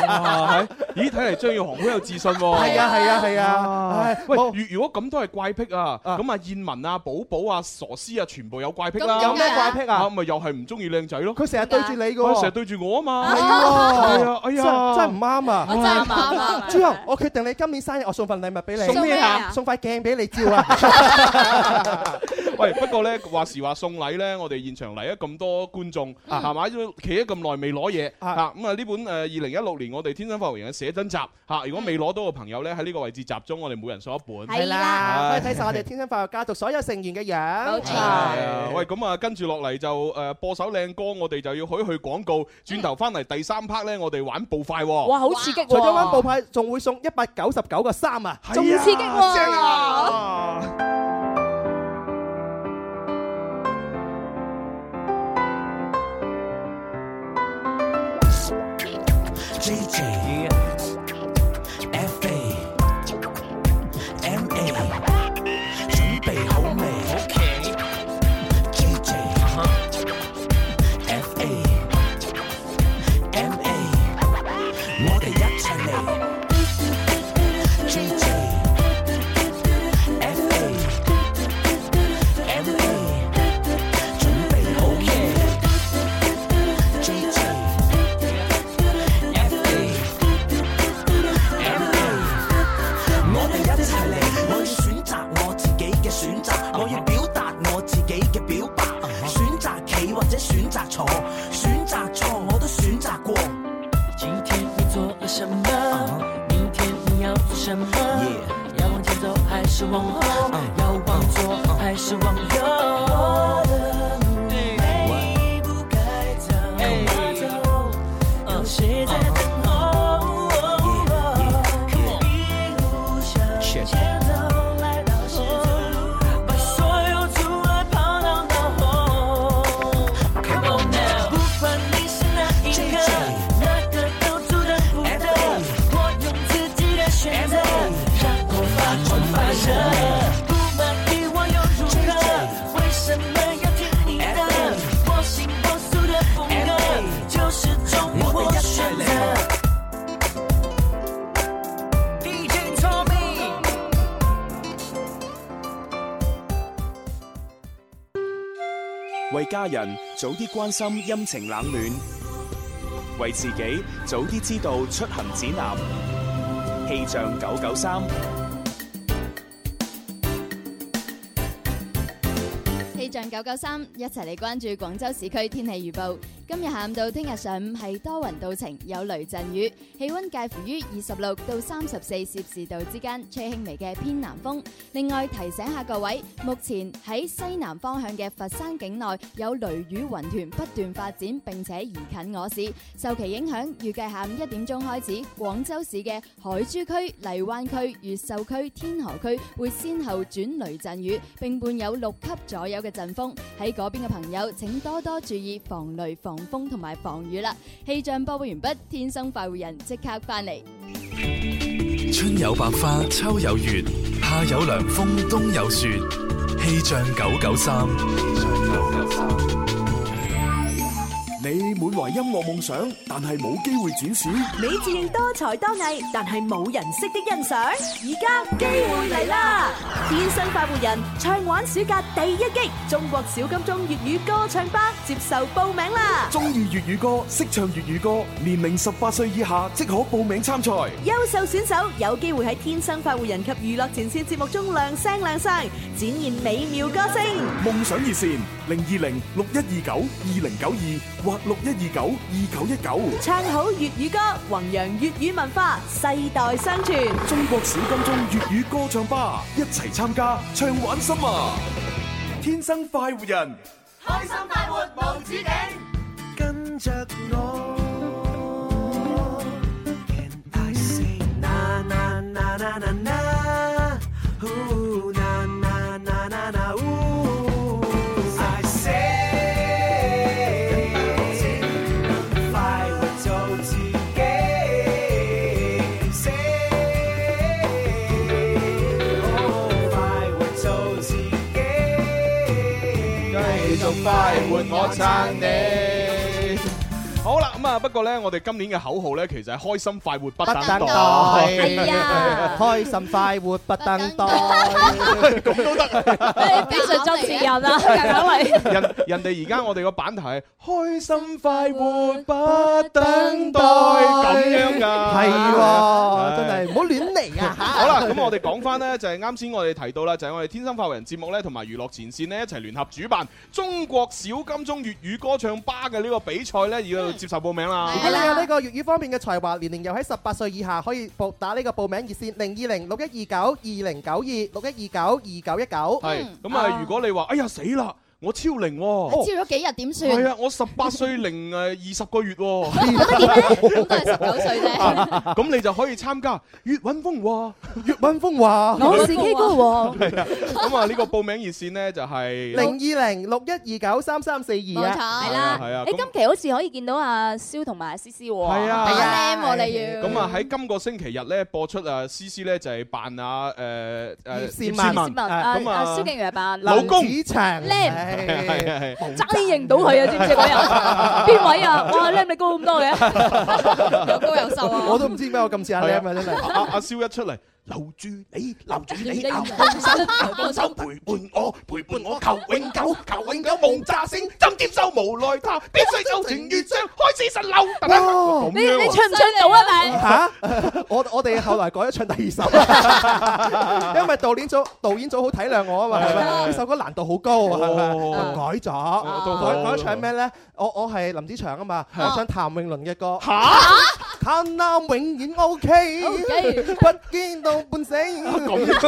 S8: 啊係咦，睇嚟張耀航好有自信喎。
S9: 係啊係啊係啊唉
S8: 喂，如如果咁都係怪癖啊，咁啊燕文啊、寶寶啊、傻師啊，全部有怪癖啦。
S9: 咁有咩怪癖啊
S8: 咪又係唔中意靚仔咯。
S9: 佢成日對住你㗎喎
S8: 佢成日對住我啊嘛。
S9: 係喎
S8: 係啊，哎呀，
S9: 真真係唔啱啊！
S8: 我真係唔啱啊
S9: 朱紅，我決定你今年生日，我送份禮物俾你。
S8: 送咩啊
S9: 送塊鏡俾你照啊！
S8: 喂，不過咧話時話送禮咧，我哋現場嚟咗咁多觀眾，
S9: 啊
S8: 係咪？都企咗咁耐未攞嘢
S9: 啊
S8: 啊！咁啊呢本誒二零一六年我哋天生發育人嘅寫真集嚇，如果未攞到嘅朋友咧，喺呢個位置集中，我哋每人送一本。
S9: 係啦，
S8: 係
S9: 可以睇晒我哋天生快樂家族所有成員嘅樣。冇
S8: 係啊喂，咁啊，跟住落嚟就誒播首靚歌，我哋就要去去廣告，轉頭翻嚟第三 part 咧，我哋玩步快喎。
S9: 除咗玩步派，仲會送一百九十九個衫啊！
S8: 仲刺激喎
S9: 正啊！
S7: JJ FA MA 準備好未？JJ FA MA 我哋一齊嚟。JJ FA MA 準備好未？JJ我哋一齊嚟，我要選擇我自己嘅選擇，我要表達我自己嘅表白，選擇企或者選擇坐，選擇錯我都選擇過。今天你做了什麼？明天你要做什麼？要往前走還是往後？要往左還是往右？我的路未不該走，有誰在等候？向前走，来到十字路，把所有阻碍抛到脑后。Come on now，不管你是哪一个，哪个都阻挡不得。我用自己的选择，让我发光发热。不满意我又如何？为什么要听你的？我行我素的风格，就是种我选择。DJ Tommy。
S2: 为家人早啲关心阴晴冷暖，为自己早啲知道出行指南。气象九九三，
S3: 氣象九九三一齊嚟關注廣州市區天氣預報。今日下午到聽日上午係多雲到晴，有雷陣雨，氣温介乎於二十六到三十四攝氏度之間，吹輕微嘅偏南風。另外提醒下各位，目前喺西南方向嘅佛山境內有雷雨雲團不斷發展並且移近我市，受其影響，預計下午一點鐘開始，廣州市嘅海珠區、荔灣區、越秀區、天河區會先後轉雷陣雨，並伴有六級左右嘅陣風。喺嗰邊嘅朋友，請多多注意防雷、防風同埋防雨啦。氣象播報完畢，天生快活人即刻翻嚟。
S4: 春有百花，秋有月，夏有涼風，冬有雪。氣象九九三，
S20: 你滿懷音樂夢想，但係冇機會展示。
S6: 你自認多才多藝，但係冇人識得欣賞。而家機會嚟啦！天生快活人唱玩暑假第一擊，中國小金鐘粵語歌唱吧接受報名啦！
S20: 中意粵語歌，識唱粵語歌，年齡十八歲以下即可報名參賽。
S6: 優秀選手有機會喺《天生快活人》及《娛樂前線》節目中亮聲亮相，展現美妙歌聲。
S20: 夢想熱線零二零六一二九二零九二或六一二九二九一九。
S6: 唱好粵語歌，弘揚粵語文化，世代相傳。
S20: 中國小金鐘粵語歌唱吧，一齊參加，唱玩心啊！天生快活人，
S7: 开心快活无止境，跟着我。Can I say na na na na na na? Ooh, na na na na na, ooh. I say，快活做自己，say，哦快活做自己。
S8: 快活我撐你。好啦，咁啊，不過咧，我哋今年嘅口號咧，其實係開心快活不等待。
S9: 等待，
S8: [LAUGHS]
S9: 開心快活不等待。
S12: 你必須作詞人啊，
S8: 人人哋而家我哋個版頭係開心快活不等待咁樣㗎。
S9: 係喎，
S8: 唉 [LAUGHS]
S9: 真係，唔好亂嚟啊。
S8: 好啦，咁我哋講翻呢，就係啱先我哋提到啦，就係我哋天生發圍人節目呢，同埋娛樂前線呢，一齊聯合主辦中國小金鐘粵語歌唱吧嘅呢個比賽呢，要接受報名嗯啦。
S9: 如果你有呢個粵語方面嘅才華，年齡又喺18歲以下，可以報-打呢個報名熱線020 6129 2092 6129 2919
S8: 係咁啊！如果你話哎呀死啦，我超齡
S3: 超
S8: 喎。
S3: 咗幾日點算？
S8: 係啊，我十八歲零誒呃二十個
S3: [LAUGHS]
S8: 月喎，啊
S3: 都係十九
S8: [LAUGHS]
S3: 歲啫。
S8: 咁你就可以參加粵韻
S3: [LAUGHS]
S8: 風華，
S9: 粵韻風華
S12: 我是 K 歌王
S8: [LAUGHS] 係啊，咁啊呢個報名熱線呢，就係
S9: 020 6129 3342啊。
S8: 係啦係啊，
S12: 你今期好似可以見到阿蕭同埋阿思思喎，
S8: 係啊係啊
S12: 好靚喎你要。
S8: 咁啊喺今個星期日咧播出啊詩詩咧就係扮啊誒誒
S12: 葉倩文
S8: À,
S12: 啊啊蕭敬元扮
S8: 老公
S12: 林
S9: 子祥
S12: 靚，
S8: 係
S12: [LAUGHS]
S8: 係係
S12: 爭啲認唔到佢啊，知唔知嗰日？邊位啊？哇，靚你高咁多嘅，
S9: 我都唔知點解我咁似阿 Lam 啊，真係。
S8: 阿阿阿蕭一出嚟。留住你，留住你，
S9: 留
S8: 留
S9: 住你
S8: 放手，留放手，陪伴我，陪伴我，求永久，求永久，夢乍醒，針尖收，無奈他，必須就情願將，開始神流。
S9: 哇！
S12: 你你唱唔唱到啊？咪
S9: 嚇！我我哋後來改咗唱第二首，因為導演組導演組好體諒我啊嘛，係咪？呢首歌難度好高啊，係咪？改咗，
S8: 都好
S9: 改改咗唱咩咧？我我係林子祥啊嘛，我
S8: 係
S9: 唱譚詠麟嘅歌。
S8: 嚇！
S9: 貪婪永遠 OK，不見到半死。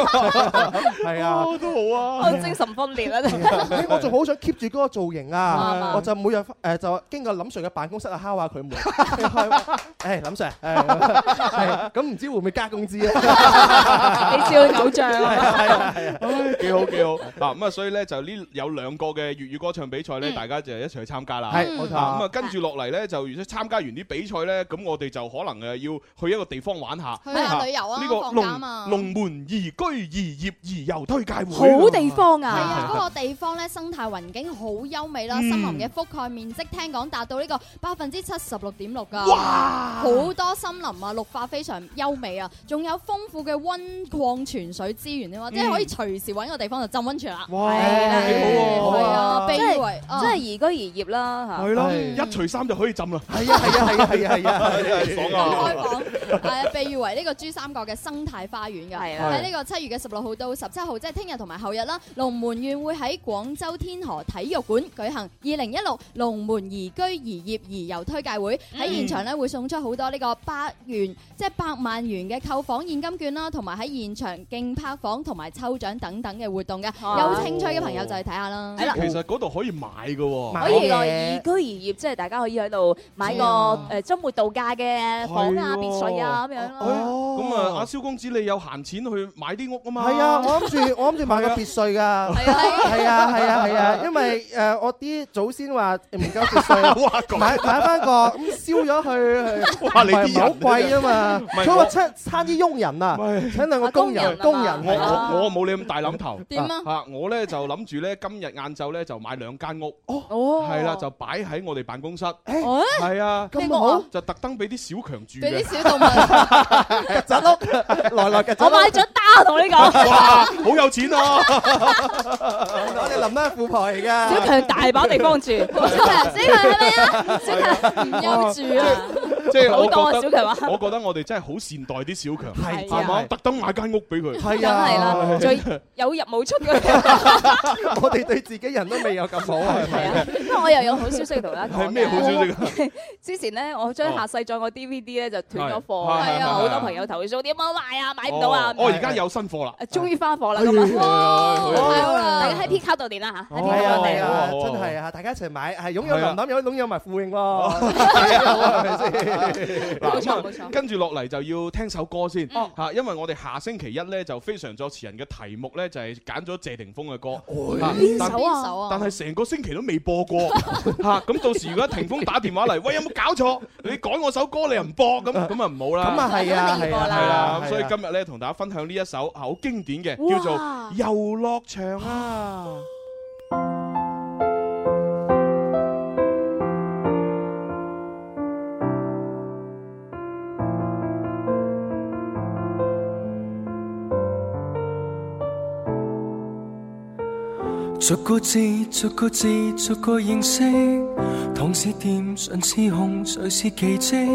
S9: 係啊。
S8: 都好
S12: 我精神分裂啦，
S9: [LAUGHS]
S12: 真係
S9: 哎我仲好想 keep 住嗰個造型
S12: 啱
S9: 啊
S12: 啊！
S9: 我就每日誒就經過林 Sir 嘅辦公室啊，敲下 [LAUGHS] 佢門。誒，林 Sir，誒 [LAUGHS] 係咁唔知會唔會加工資啊？
S12: 你照偶像啊
S9: 係啊係啊
S8: 唉，幾好幾好嗱咁啊，所以咧就呢有兩個嘅粵語歌唱比賽
S3: 嗯
S8: 咧，大家就一齊去參加啦。
S9: 係冇錯
S8: 啊咁啊，跟住落嚟咧，就如果參加完啲比賽咧，咁我哋就可能誒呃要去一個地方玩下，
S3: 去下旅遊啊
S8: 呢個
S3: 放假啊
S8: 龍
S3: 嘛
S8: 龍門宜居宜業宜遊推介會，
S12: 好地方啊
S3: 係啊，嗰個地方咧生態環境好優美啦，
S8: 嗯
S3: 森林嘅覆蓋面積聽講達到呢個百分之七十六點六㗎，
S8: 哇
S3: 好多森林啊，綠化非常優美啊，仲有豐富嘅温礦泉水資源添啊，即係可以隨時揾個地方就浸温泉啦。
S8: 嗯哇
S3: 係啦
S8: 哎幾好喎
S3: 係啊，
S12: 真
S3: 卑
S12: 係
S3: 微啊
S12: 真係宜居宜業啦嚇。
S8: 係咯，一除衫就可以浸啦。
S9: 係啊係啊係啊係啊係啊
S8: 真係爽啊！
S3: [LAUGHS] 係啊，被譽為呢個珠三角嘅生態花園㗎。
S8: 啦
S3: 喺呢個七月嘅十六號到十七號，即係聽日同埋後日啦，龍門縣會喺廣州天河體育館舉行二零一六龍門宜居宜業宜遊推介會。喺現場呢，會送出好多呢個百元，即係百萬元嘅購房現金券啦，同埋喺現場競拍房同埋抽獎等等嘅活動嘅。有興趣嘅朋友就去睇下啦。
S8: 即係其實嗰度可以買嘅喎，
S12: 可以個宜居宜業，即係大家可以喺度買個誒周末度假嘅房啊、
S8: 係喎
S12: 別墅啊咁樣咯。
S8: 咁啊，阿蕭公子你有閒錢去買啲屋啊嘛？
S9: 係啊，我諗住我諗住買個別墅㗎，係啊係啊係啊，因為誒我啲祖先話唔夠
S8: [LAUGHS]
S9: 別墅，買買翻個咁燒咗佢，
S8: 哇你啲人
S9: 唔係好貴啊嘛
S8: 唔，
S9: 所
S8: 係
S9: 以我
S8: 我
S9: 出差啲傭人啊，請兩個工人
S8: 工
S9: 工人
S8: 我我我冇你咁大諗頭。
S9: 點啊
S8: 嚇我咧就諗住咧今日晏晝咧就買兩間屋。
S12: 哦
S8: 係啦，就擺喺我哋辦公室。
S12: 哦
S8: 係啊，
S9: 咁咩屋啊好
S8: 就特登俾啲小強住嘅。
S3: 俾啲小
S8: [LAUGHS]
S3: 動物。
S9: 曱甴屋，來來曱甴
S12: 我
S9: 屋。
S12: 買咗單，同你
S8: [LAUGHS] 哇，
S12: 講。
S8: 好有錢啊！
S9: 我哋林都係富婆嚟㗎。
S12: 小強大把地方住，小強，小強係咪啊？小強唔
S8: à.
S12: 憂住啊！
S8: 即係我
S12: 好多啊
S8: 覺
S12: 小強
S8: 得，
S12: 啊
S8: 我覺得我哋真係好善待啲小強，
S12: 係
S8: 係嘛？
S12: 係
S8: 特登買間屋俾佢，啊
S9: 係
S12: 梗係啦，最有入冇出嘅。
S8: [LAUGHS]
S9: 我哋對自己人都未有咁好啊。係
S12: 啊，因為我又有好消息同大家講嘅。
S9: 係咩好消息啊
S12: 我？ [LAUGHS] 之前咧，我將下世再個 DVD 咧就斷咗貨，
S8: 係係
S12: 咁
S8: 係
S12: 啊好多朋友投訴點樣買啊，買唔到啊。
S8: 哦我而家有新貨啦。
S12: 終於翻貨啦，
S8: 哎呀
S12: 咁啊，
S8: 哎呀哎呀
S12: 大家喺 P 卡度點啦嚇，喺 P
S9: 係
S12: 卡
S9: 啊
S12: 度
S9: 係
S12: 訂
S9: 啊，
S8: 好啊好啊
S9: 真係啊！大家一齊買，係擁有
S8: 係啊
S9: 林林，有擁有埋富永喎，
S8: [LAUGHS] 嗱
S9: 冇錯
S8: 咁啊
S9: 冇錯
S8: 跟住落嚟就要聽首歌先嚇，因為我哋下星期一咧就非常作詞人嘅題目咧就係揀咗謝霆鋒嘅歌，嚇
S12: 邊
S8: 但
S12: 首啊邊首啊
S8: 但係成個星期都未播
S9: [LAUGHS]
S8: 過嚇，咁到時如果霆鋒打電話嚟，喂有冇搞錯？你改我首歌你又唔播，咁咁啊唔好啦。
S9: 咁啊係啊
S8: 係
S9: 係啊
S8: 啦。
S9: 係啊
S8: 咁所以今日咧同大家分享呢一首好經典嘅，
S9: 哇
S8: 叫做《遊樂場》啊。
S9: Hãy subscribe cho kênh Ghiền Mì Gõ Để không bỏ lỡ
S21: 逐個字逐個字逐個認識，糖是甜，唇是紅，誰是奇蹟？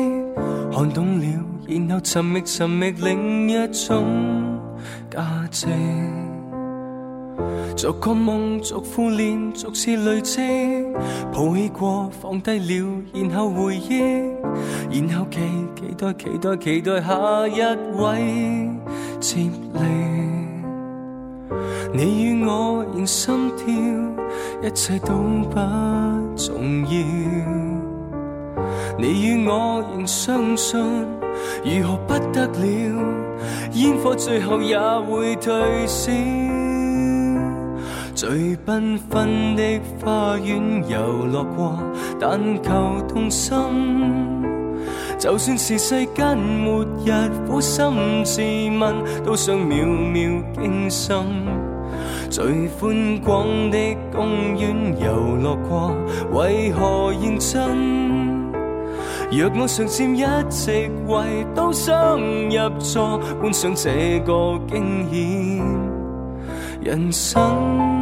S21: 看懂了，然後尋覓尋覓另一種價值。逐個夢，逐副臉，逐次累積，抱起過，放低了，然後回憶，然後期期待期待期待下一位接力。你與我仍心跳，一切都不重要。你與我仍相信，如何不得了，煙火最後也會退燒。最繽紛的花園遊樂過，但求動心。就算是世間末日，苦心自問，都想秒秒驚心。最寬廣的公園遊樂過，為何認真？若我常佔一席位，都想入座，觀賞這個驚險人生。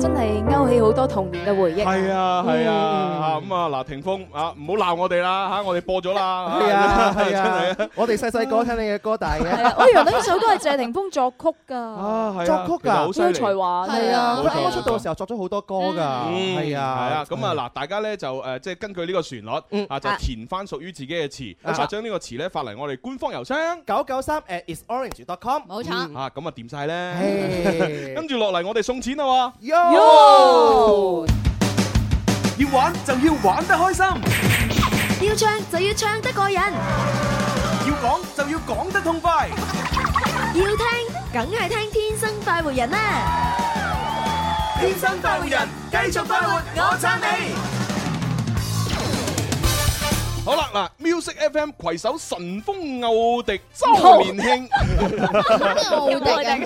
S12: 真係勾起好多童年嘅回憶。
S8: 係啊係啊，咁啊嗱，霆鋒啊，唔好鬧我哋啦嚇，我哋播咗啦。
S9: 係啊係
S8: [LAUGHS] 真係
S9: 啊，我哋細細個聽你嘅歌大嘅。
S12: 我以為呢首歌係謝霆鋒作曲㗎，
S8: [LAUGHS] 啊
S9: 作曲
S8: 其實
S9: 㗎，
S8: 好犀利
S12: 好有才華真係
S9: 係啊，佢
S8: 冇錯
S9: 啱啱出道嘅時候作咗好多歌
S8: Ừ.
S9: 㗎，係
S8: 係啊
S9: 啊，，嗯
S8: 咁啊嗱，大家咧就誒即係根據呢個旋律啊，就填翻屬於自己嘅詞，
S9: 冇錯
S8: 啊將呢個詞咧發嚟我哋官方郵箱
S9: 九九三 at isorange.com，
S3: 冇
S8: 嗯啊，咁啊掂晒咧
S9: 嘿。
S8: [LAUGHS] 跟住落嚟，我哋送錢啦喎。
S9: Yo！
S7: 要玩就要玩得開心，
S22: 要唱就要唱得過癮，
S7: 要講就要講得痛快，
S22: 要聽梗係聽天生快活人啦！
S7: 天生快活人，繼續快活，我撐你。
S8: 好啦，嗱，Music FM 攜手神風奧迪周年
S9: [LAUGHS]
S8: 慶，
S3: 奧迪啊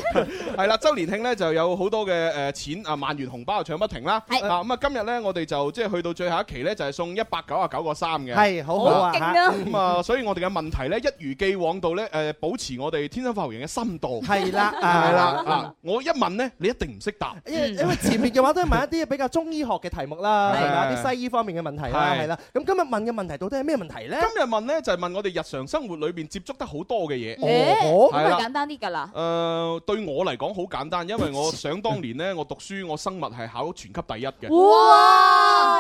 S8: 係啦，周年慶咧就有好多嘅誒錢啊，萬元紅包啊搶不停啦。
S3: 係
S8: 啊，咁啊，今日咧我哋就即係去到最後一期咧，就係送一百九啊九個三嘅。
S9: 係好好啊好勁啊
S8: 咁啊，所以我哋嘅問題咧一如既往到咧誒，保持我哋天生發育人嘅深度。
S9: 係啦啊
S8: [LAUGHS] 係啦啊！我一問咧，你一定唔識答。
S9: 因為因為前面嘅話都係問一啲比較中醫學嘅題目啦，
S8: 係
S9: 係咪啲西醫方面嘅問題啦，
S8: 係
S9: 係啦。咁今日問嘅問題到底係咩問題咧？
S8: 今日問咧就係問我哋日常生活裏邊接觸得好多嘅嘢。
S9: 哦
S12: 誒，咁
S8: 係
S9: 啊
S12: 咪
S8: 啦
S12: 簡單啲㗎啦。
S8: 誒、呃對我嚟講好簡單，因為我想當年
S9: [LAUGHS]
S8: 呢，我讀書我生物係考全級第一嘅。
S12: 哇！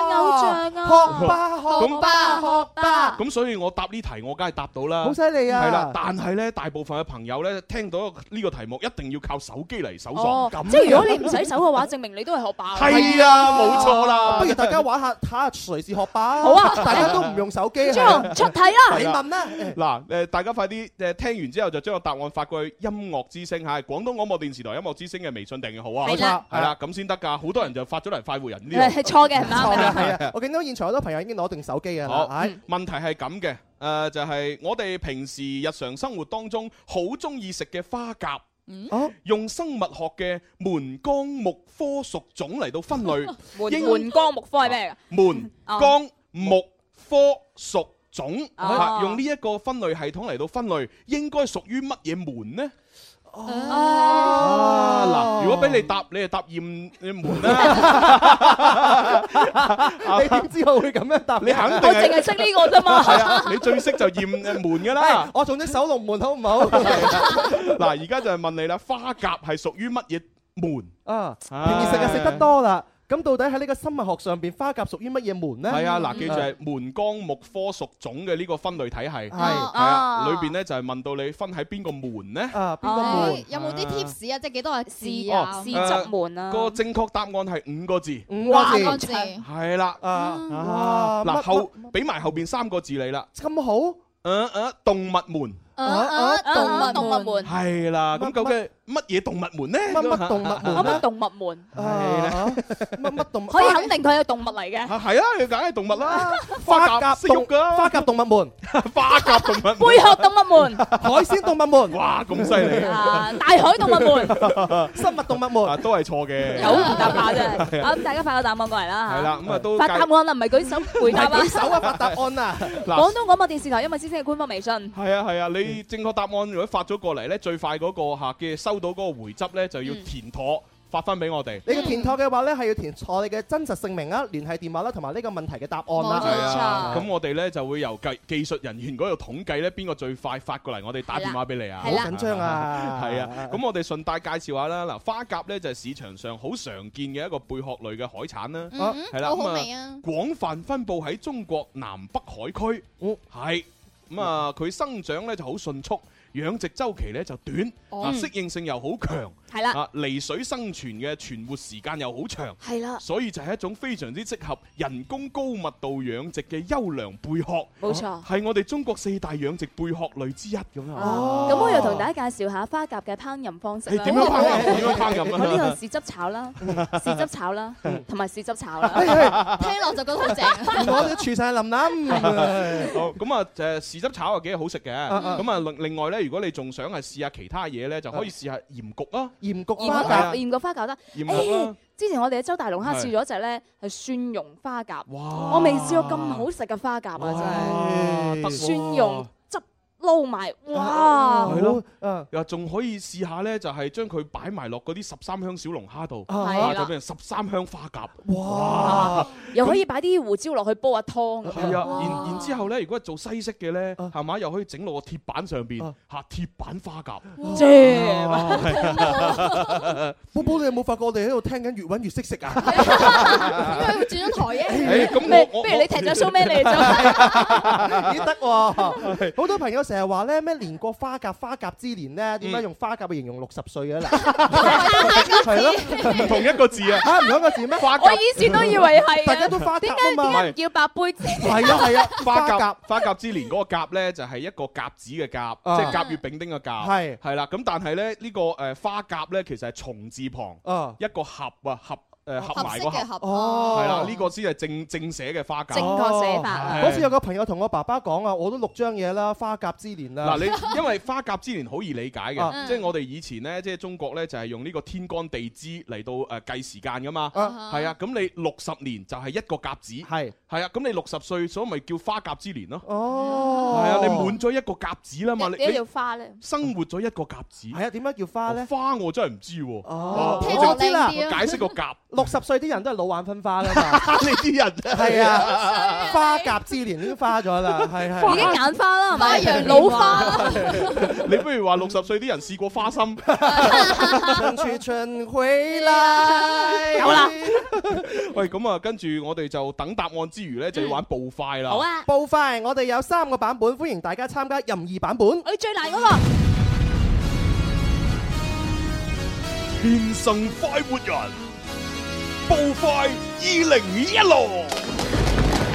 S12: 偶像啊，
S9: 學霸學霸學霸，
S8: 咁所以我答呢題我梗係答到啦，
S9: 好犀利啊
S8: 係啦，但係呢，大部分嘅朋友呢，聽到呢個題目一定要靠手機嚟搜索
S12: 哦，，即係如果你唔洗手嘅話，證明你都係學霸。
S8: 係啊，冇錯啦。
S9: 不如大家玩下睇下誰是學霸
S12: 好啊
S9: 大家都唔用手機。
S12: 張出題
S9: [LAUGHS]
S12: 啦
S9: 你問啊啦。
S8: 嗱，誒大家快啲誒聽完之後就將個答案發過去音樂之聲嚇，廣東廣播電視台音樂之聲嘅微信訂閱號啊，
S9: 冇錯
S8: 係啦，咁先得㗎。好多人就發咗嚟快活人呢
S9: 誒
S8: 度，
S9: 係錯嘅係 [LAUGHS] 嘛錯嘅係
S8: [LAUGHS]
S9: 啊我見到現場好多朋友已經攞定手機㗎啦，
S8: 好
S9: 唉，
S8: 嗯問題係咁嘅，誒、就係、我哋平時日常生活當中好中意食嘅花甲。
S9: 哦
S8: 用生物學嘅門綱目科屬種嚟到分類，
S12: [LAUGHS] 門
S8: 英
S12: 門綱目科係咩
S8: 門
S12: 哦
S8: 綱目科屬種，
S12: 哦
S8: 啊用呢一個分類系統嚟到分類，應該屬於乜嘢門呢？
S9: 哦
S8: 啊嗱，如果俾你答，你係答驗門
S9: [LAUGHS]
S8: 啦。
S9: 你點知我會咁樣答？
S8: 你肯定係
S12: 我淨係識呢個啫嘛
S8: [LAUGHS] 係啊，你最識就驗門
S9: [LAUGHS]
S8: 㗎啦。
S9: 我仲啲守龍門好唔好？
S8: 嗱，而家就係問你啦，花甲係屬於乜嘢門？
S9: 啊，
S8: 唉
S9: 平時食嘅食
S8: Ờ.
S9: 得多啦，咁到底喺呢個生物學上邊，花甲屬於乜嘢門咧？
S8: 係啊，嗱，記
S9: Ờ.
S8: 住係門綱目科屬種嘅呢個分類體系，係
S9: 哦
S8: 啊，
S3: 哦
S8: 裏邊咧就係問到你分喺邊個門呢？
S9: 啊，
S3: 邊個門？有冇啲 tips 啊？即係幾多個字
S8: 哦
S3: 啊？
S12: 門啊
S8: 個正確答案係五個字，
S9: 五個字
S3: 五個字
S8: 係啦，啊
S9: 哇
S8: 嗱
S9: 乜
S8: 後俾埋後邊三個字你啦，
S9: 咁好，
S8: 誒誒動物門。
S12: 啊啊！動物門，
S8: 係啦，咁究竟乜嘢動物門呢？
S9: 乜乜動物門
S12: 乜
S9: 咧？
S12: 動物門，
S9: 係啦，乜乜動物？
S12: 可以肯定佢係動物嚟
S8: 啊
S12: 嘅。
S8: 係啊，你梗係動物啦，
S9: 花甲
S8: 識喐
S9: 動
S8: 噶，
S9: 花甲動物門，
S8: 花甲動物門，
S12: 貝殼動物
S9: [LAUGHS]
S12: 門，
S9: 海鮮動物門，
S8: 哇，咁犀利
S12: 啊大海動物門，
S9: 生物動物門，
S8: 啊都係錯嘅，
S12: 有唔答下啫。
S8: 係啊
S12: 咁大家發個答案過嚟啦
S8: 係啦，咁啊都
S12: 嚇。發
S8: 介
S12: 答案啦，唔係舉手回答啊！
S9: 舉手啊，發答案啊！
S12: 廣東廣播電視台因為之星嘅官方微信。
S8: 係啊係啊，你正確答案如果發咗過嚟咧，最快嗰個嚇嘅收到嗰個回執咧就要填妥發翻俾我哋。
S9: 你嘅填妥嘅話咧，係要填錯你嘅真實姓名啦、聯繫電話啦，同埋呢個問題嘅答案啦。
S8: 咁我哋咧就會由技技術人員嗰度統計咧，邊個最快發過嚟，我哋打電話俾你啊！
S9: 好緊張啊
S8: [LAUGHS] 係啊，咁我哋順帶介紹下啦。嗱，花甲咧就係市場上好常見嘅一個貝殼類嘅海產啦。
S3: 嗯
S8: 係啦，
S3: 好好
S8: 咁
S3: 味啊
S8: 廣泛分布喺中國南北海區。
S9: 哦
S8: 係咁啊，佢生長咧就好迅速。養殖周期咧就短，
S3: 哦
S8: 啊適應性又好強，
S3: 係啦
S8: 啊離水生存嘅存活時間又好長，
S3: 係啦
S8: 所以就係一種非常之適合人工高密度養殖嘅優良貝殼，
S12: 冇錯
S8: 啊係我哋中國四大養殖貝殼類之一咁啊。
S12: 哦咁我又同大家介紹下花甲嘅烹飪方式啦。
S8: 誒點樣烹飪點樣烹飪啊嗯
S12: 我呢個豉汁炒
S8: [LAUGHS]
S12: 啦，豉汁炒啦，同埋豉汁炒啦。
S3: 聽落就覺得好正。
S9: 我
S12: 啊
S9: 哋廚神林林，
S8: [LAUGHS] 好咁啊，誒豉汁炒啊幾好食嘅。
S9: 啊
S8: 咁啊，另另外咧，如果你仲想係試下其他嘢咧，就可以試下鹽焗啊。
S9: 鹽焗
S12: 鹽焗鹽焗花甲得。
S8: 鹽焗啦
S12: 誒之前我哋喺周大龍蝦試咗只咧係蒜蓉花甲，我未試過咁好食嘅花甲啊！真係蒜蓉汁撈埋，哇！
S8: 係咯，又仲可以試下咧，就係將佢擺埋落嗰啲十三香小龍蝦度，
S12: 啊
S8: 啊
S12: 係啦
S8: 就變成十三香花甲。
S12: 哇！又可以擺啲胡椒落去煲下湯咁樣。
S8: 係啊，
S12: 哇
S8: 然然之後咧，如果係做西式嘅咧，
S9: 啊
S8: 係嘛，又可以整落個鐵板上邊嚇鐵板花甲，
S9: 正
S3: 哦
S9: [LAUGHS]
S8: 係啊
S9: 寶寶，你有冇發覺我哋喺度聽緊越揾越識食啊？
S3: 佢轉咗台
S9: 誒 [LAUGHS]
S3: 嘅。
S9: 咁我
S3: 咩
S9: 我
S3: 不如你踢咗蘇咩嚟咗？
S9: [LAUGHS] 咦得喎！好多朋友成日話咧咩年過花甲花甲之年咧，點
S8: 嗯
S9: 解用花甲去形容六十歲嘅
S3: [LAUGHS]
S9: 咧？係咯，
S8: 唔同一個字啊！
S9: [LAUGHS] 啊，唔同一個字咩？花
S12: 我以前都以為係啊，
S9: 大家都花甲
S12: 點
S9: 啊
S12: 解
S9: 嘛。
S12: 點解唔叫白杯子？
S8: 啊花甲花甲之年嗰個甲咧就係一個甲子嘅甲，
S9: 啊
S8: 即係甲乙丙丁嘅甲，
S9: 係
S8: 係啦。咁但係咧呢個誒花甲咧其實係蟲字旁
S9: 啊，
S8: 一個合啊合誒合埋
S9: 合
S8: 個
S9: 適嘅合
S8: 合，
S9: 哦
S8: 係啦呢個先係正正寫嘅花甲，哦係
S9: 嗰次有個朋友同我爸爸講啊，我都六張嘢啦，花甲之年啦。 [LAUGHS]
S8: 嗱，你因為花甲之年好易理解
S9: 啊
S8: 嘅，即係我哋以前呢，即係中國呢，就係用呢個天干地支嚟到誒呃計時間噶嘛，
S9: 啊
S8: 係啊，咁你六十年就係一個甲子，
S9: 係
S8: 係啊，咁你六十歲，所以咪叫花甲之年咯，係
S9: 哦，
S8: 啊，你滿咗一個甲子啦嘛，你
S12: 點解
S8: 你
S12: 要花咧？
S8: 生活咗一個甲子，係
S9: 啊，點解叫花
S8: 呢？花我真係唔知喎，
S9: 哦
S8: 我
S9: 聽落
S8: 淨
S9: 靚啲啊
S8: 我解釋個甲， [LAUGHS]
S9: 六十歲啲人都係老眼昏花啦嘛。
S8: 你啲人
S9: 係
S12: [LAUGHS]
S9: 啊，花甲之年已經花咗啦，係係。
S12: 已經眼花啦，係咪？
S9: 花
S12: 老花啦。
S8: [LAUGHS] 你不如話六十歲啲人試過花心。
S9: 春去春回來。
S12: 有啦，
S8: 喂，咁啊，跟住我哋就等答案之餘呢，就要玩步快啦。
S9: 嗯好啊。報快，我哋有三個版本，歡迎大家參加任意版本。
S12: 佢最難嗰個。
S8: 天生快活人，步快二零一六。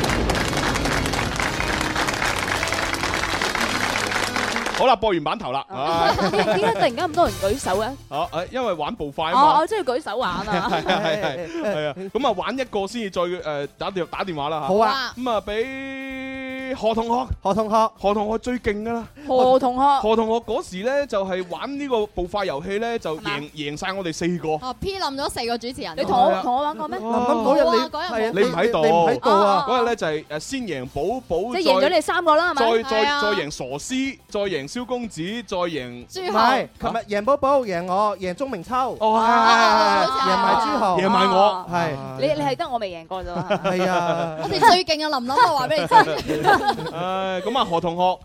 S8: 好啦，播完版頭啦。
S9: 哦
S8: 啊
S12: 點點解突
S8: [LAUGHS]
S12: 然間咁多人舉手嘅？
S8: 啊，誒因為玩步快啊
S12: 我
S9: 哦
S8: 嘛
S12: 我。真係舉手玩
S8: [LAUGHS] 係啊
S12: 啊！
S8: 係啊係啊係啊，咁啊玩一個先至再誒打電打電話啦嚇。
S9: 好啊，
S8: 咁啊俾何同學，
S9: 何同學，
S8: 何同學最勁噶啦。
S12: 啊何同學，
S8: 何同學嗰時咧就係玩呢個步快遊戲咧，就贏贏曬我哋四個。
S3: 哦，P 冧咗四個主持人。
S12: 你同我同我玩過咩？
S3: 林林嗰日你冇啊嗰日冇
S8: 你唔喺度，
S9: 你唔喺度啊
S8: 嗰日咧就係誒先贏寶寶，
S12: 即係贏咗
S8: 再
S12: 你三個啦，係咪？
S8: 再再再贏傻師，再贏蕭公子，再贏
S9: 唔係，琴日贏寶寶，贏我，贏鐘明秋，
S8: 哦係係係係
S9: 贏埋朱豪，
S8: 贏埋我
S9: 係
S12: 你你係得我未贏過啫嘛。
S9: 係
S3: [LAUGHS]
S8: à.
S9: 啊，
S3: 我哋最勁嘅林林，我話俾你知。
S8: 誒咁啊，何同學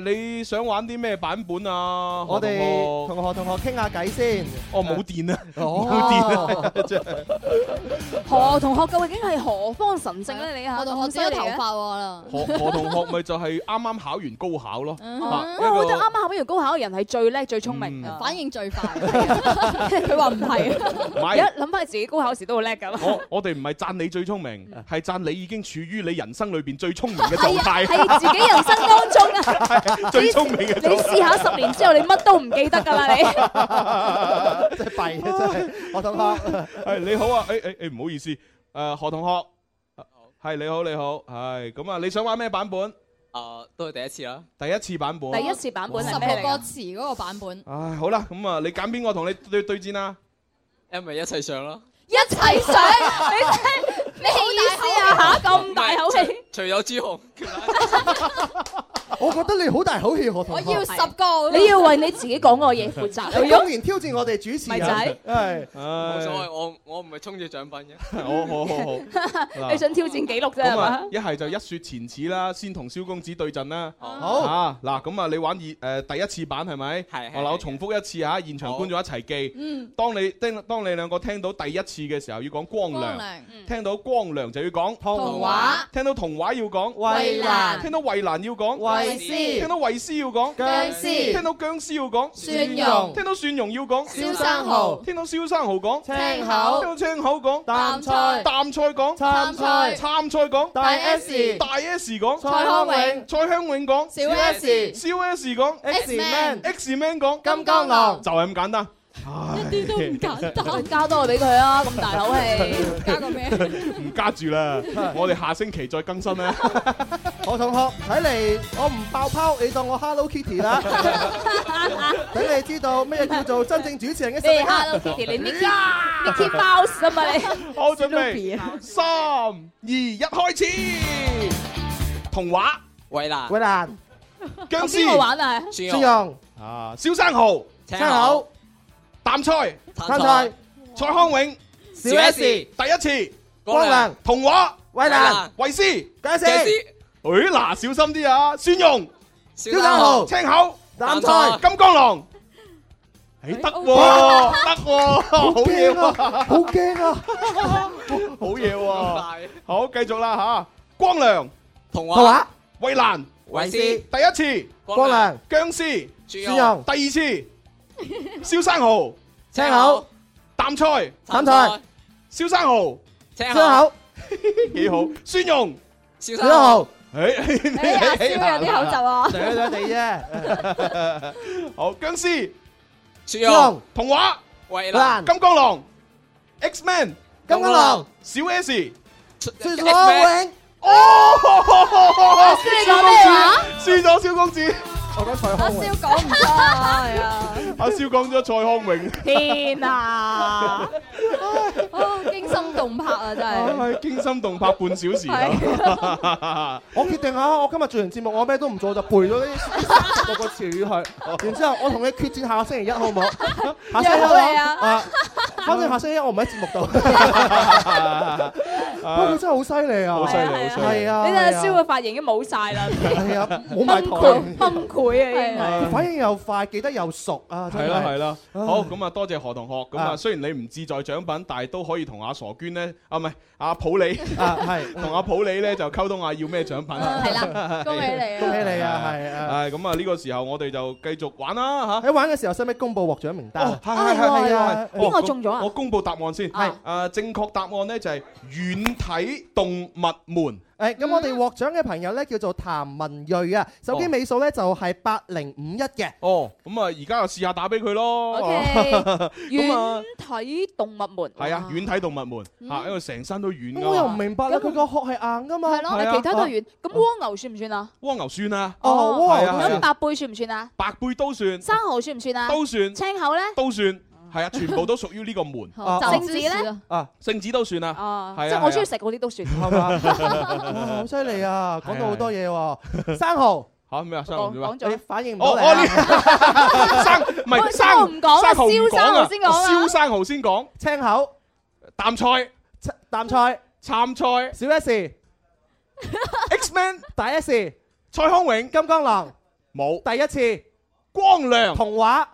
S8: 誒，你想玩啲咩版本啊？
S9: 我哋
S8: 何同
S9: 同
S8: 學
S9: 何同學傾下偈先。
S8: 哦冇電啊，冇電啊
S9: 哦，
S8: 真係
S12: 何同學究竟係何方神聖咧？你啊，
S3: 我同學
S12: 咁犀
S3: 剪咗
S12: 利
S3: 頭
S12: 嘅
S3: 髮我啦。
S8: 何何同學咪就係啱啱考完高考咯，
S12: Ừ.
S8: 啊
S12: 哇！我覺得啱啱考完高考嘅人係最叻、最聰明嘅，
S3: 反應最快。
S12: [LAUGHS] 佢話唔
S8: [LAUGHS]
S12: 係，
S8: 唔係
S12: 而家諗翻自己高考時都好叻㗎嘛。
S8: 我我哋唔係讚你最
S12: [LAUGHS]
S8: 聰明，
S12: 嗯
S8: 係讚你已經處於你人生裏邊最聰明嘅狀態，
S12: 係自己人
S8: [LAUGHS]
S12: 生當中啊！
S8: 生最聰明嘅
S12: 你
S8: 狀態。
S12: 試下十年之後，你乜都唔記得㗎啦！你
S9: 真係弊啊！真係何同學，
S8: 係你好啊，誒誒誒，唔好意思，誒何同學，係你好你好，係咁啊，你想玩咩版本？
S23: 啊，都係第一次啦。
S8: 第一次版本。啊
S12: 第一次版本
S3: 十
S12: 係
S3: 六
S12: 咩嚟㗎
S3: 個詞嗰個版本，
S8: 唉，好啦，咁啊，你揀邊個同你對對戰啊？
S23: 誒，咪一齊上咯。
S3: 一
S8: [LAUGHS]
S3: 齊上，你聽咩意思啊？
S12: 咁大口氣，
S23: 除有朱紅，
S9: 我覺得你好大口氣何同學。
S7: 我要十個
S12: 你要為你
S9: [LAUGHS]
S12: 自己講嗰個嘢負責。
S9: 你當然挑戰我哋主持
S12: 咪仔
S9: 人，係
S2: 冇所謂，我我唔係衝住獎品嘅。
S8: 好好好
S2: [LAUGHS]
S8: 好。嗱
S12: 你想挑戰紀錄啫係
S8: 咁
S12: 嘛
S8: 啊，？一係就一雪前恥啦，先同蕭公子對陣啦。
S2: 好
S8: 啊，嗱，咁啊，你玩二誒第一次版係咪？係
S2: 係
S8: 嗱，我重複一次嚇，現場觀眾一齊記
S2: 嗯。
S8: 當你聽，當你兩個聽到第一次嘅時候，要講光
S2: 光
S8: 良
S2: 良；
S8: 聽到光良就要講
S9: 童話；
S8: 聽到童話要講
S9: 衛蘭
S8: 聽到衛蘭要講
S9: 衛斯
S8: 聽到衛斯要講
S9: 僵屍
S8: 聽到僵屍要講
S9: 蒜蓉
S8: 聽到蒜蓉要講
S9: 蕭生蠔
S8: 聽到蕭生蠔講
S9: 青口
S8: 聽到青口講
S9: 淡菜
S8: 淡菜講
S9: 參菜
S8: 參菜講
S9: 大 S
S8: 大 S 講
S9: 蔡康永
S8: 蔡康永講
S9: 小 S
S8: 小 S 講
S9: X-Man
S8: X-Man 講
S9: 金剛狼
S8: 就係咁簡單。
S12: 一啲都唔簡單，加多個俾佢啊！咁大
S8: [LAUGHS]
S12: 口氣，加個咩？
S8: 唔加住啦，我哋下星期再更新啦。
S9: 何同學，睇嚟我唔爆泡，你當我 Hello Kitty
S12: [LAUGHS]
S9: 啦。等你知道咩叫做真正主持人嘅實
S12: 你
S9: 力啦
S12: Hello Kitty，你 Mickey
S9: 呀
S12: Mickey Mouse 啊嘛你。
S8: 好，準備三二一，開始。童話，
S2: 衛蘭，
S9: 衛蘭，
S8: 僵
S12: 邊個
S8: 屍，
S12: 玩啊？
S2: 蒜
S9: 孫楊、
S8: 啊，蕭生蠔，
S2: 青口，
S8: 淡菜，
S9: 參賽、
S8: 蔡康永，
S9: 小 S
S8: 第一次，
S9: 光良、
S8: 童話，
S9: 衛蘭、
S8: 衛斯。
S9: 解
S2: 僵
S9: 釋、
S2: 屍，
S8: 誒嗱，小心啲啊！孫蓉、
S9: 蕭生豪、
S8: 青口、
S9: 淡菜，
S8: 金剛狼，誒得
S7: [LAUGHS]
S8: 喎，得喎，好嘢
S9: 驚啊！
S8: 喎，
S9: 好驚啊！
S8: 好嘢喎！好，繼續啦嚇，光良、
S2: 童
S9: 嘅
S2: 話，
S9: 話，
S8: 衛蘭、
S2: 衛斯，
S8: 第一次，
S9: 光良、
S8: 僵屍，
S2: 豬
S9: 孫楊、
S8: 第二次，蕭生豪、
S9: 青口、
S8: 淡菜、
S9: 淡菜、
S8: 蕭生豪，
S2: 青
S9: 張
S2: 口，
S9: 口、
S8: 幾好，孫蓉，
S2: 小
S9: 小豪，
S8: 誒，
S12: 哎呀，蕭有啲口窒啊！
S9: 上咗地啫。
S8: 好，僵屍、
S2: 豬
S9: 孫楊
S2: 肉，、
S8: 童話、
S2: 衛蘭，
S9: 蘭、
S8: 金剛狼、X Man、
S9: 金剛狼、
S8: 小 S。
S9: 孫
S2: 小
S9: 楊永。
S8: 哦，
S12: 你講咩話？
S8: 輸咗蕭公子，
S9: 我講蔡
S12: 阿
S9: 康永
S12: 蕭。講唔出啊！係啊！
S8: 阿蕭講咗蔡康永，
S3: [LAUGHS]
S12: 天啊！哦，驚心動魄啊！真係。
S8: 唉，驚心動魄半小時啊！ [LAUGHS]
S9: 我決定啊！我今日做完節目，我咩都唔做，就背咗呢六個詞語去。然之後，我同你決戰下個星期一，好唔
S12: [LAUGHS]
S9: 好？下星期一
S12: 約好你啊
S9: 啊！反正下星期一我唔喺節
S12: [LAUGHS]
S9: 目度。不過佢
S8: 啊
S9: 真係好犀利
S7: à?
S9: 啊！
S8: 好犀利，
S12: 係啊
S8: 好犀利
S9: 係！啊！
S12: 你睇下
S9: 係
S12: 蕭
S9: 啊
S12: 嘅髮型已經冇晒啦，
S8: [LAUGHS]
S9: 係啊，冇
S12: [LAUGHS]
S9: 埋
S12: 崩潰
S9: 台，
S12: 崩潰啊！
S9: 反應又快，記得又熟啊！真
S8: 係啦係
S9: 係
S8: 啦，
S9: 唉
S8: 好咁啊！多謝何同學咁啊！
S9: 啊
S8: 雖然你唔志在獎品，但係都可以同阿傻娟咧，啊唔係阿普理，
S9: 啊係，
S8: [LAUGHS] 同阿普理咧就溝通下要咩獎品啊！
S7: 係
S8: [LAUGHS]
S7: 啦，恭喜你
S9: 恭
S7: 啊！
S9: 喜你啊！係啊！
S8: 唉，咁啊呢個時候我哋就繼續玩啦嚇。
S9: 喺玩嘅時候，使唔使公佈獲獎名單啊？
S8: 哦係係係啊！
S12: 邊個
S8: 哦
S12: 中咗啊
S8: 我公布答案先。
S9: 係
S8: 誒，正確答案咧就係軟體動物門。
S9: 誒，咁我哋獲獎嘅朋友咧叫做譚文睿啊，手機尾數咧就係八零五一嘅。
S8: 嗯哦，咁啊，而家就試下打俾佢咯。
S12: OK
S8: [LAUGHS] 咁啊
S12: 軟體動物門
S8: 係啊，軟體動物門啊嚇，因為成身都軟
S9: 我又唔
S8: 㗎。
S9: 明白啦，佢個殼係硬噶嘛？
S12: 係咯，
S8: 係啊
S12: 其他都係軟。咁蝸牛算唔算啊？
S8: 蝸牛算啊，
S9: 哦，
S12: 哦
S9: 哇！
S8: 係啊
S12: 咁白貝算唔算啊？
S8: 白背都算，
S12: 生蠔算唔算啊？
S8: 都算，
S12: 青口咧？
S8: 都算，係啊，全部都屬於呢個門，
S9: 啊
S12: 哦聖子咧？
S9: 啊，
S8: 聖子都算啊。
S12: 哦，
S8: 係啊
S12: 即係我中意食嗰啲都算。
S9: 係嘛？哇好犀利啊！講到好多嘢
S8: [LAUGHS]
S9: 喎，生蠔，
S8: 嚇咩啊？生唔
S12: 講
S8: 點啊
S12: 講？
S9: 你
S12: 咗。
S9: 反應唔
S8: 哦
S9: 到
S8: 哦，
S9: 嚟
S8: 呢
S9: 啊
S8: 生唔係生
S12: 我唔講啦
S8: 生蠔唔
S12: 燒
S8: 講
S12: 生蠔先講啊
S8: 燒生蠔先講，
S9: 青口、
S8: 淡菜、
S9: 青淡菜、
S8: 杉菜、
S9: 小 S、
S8: X Man、
S9: 大 S、
S8: 蔡康永
S9: 金剛狼，
S8: 冇，
S9: 第一次
S8: 光良、
S9: 童話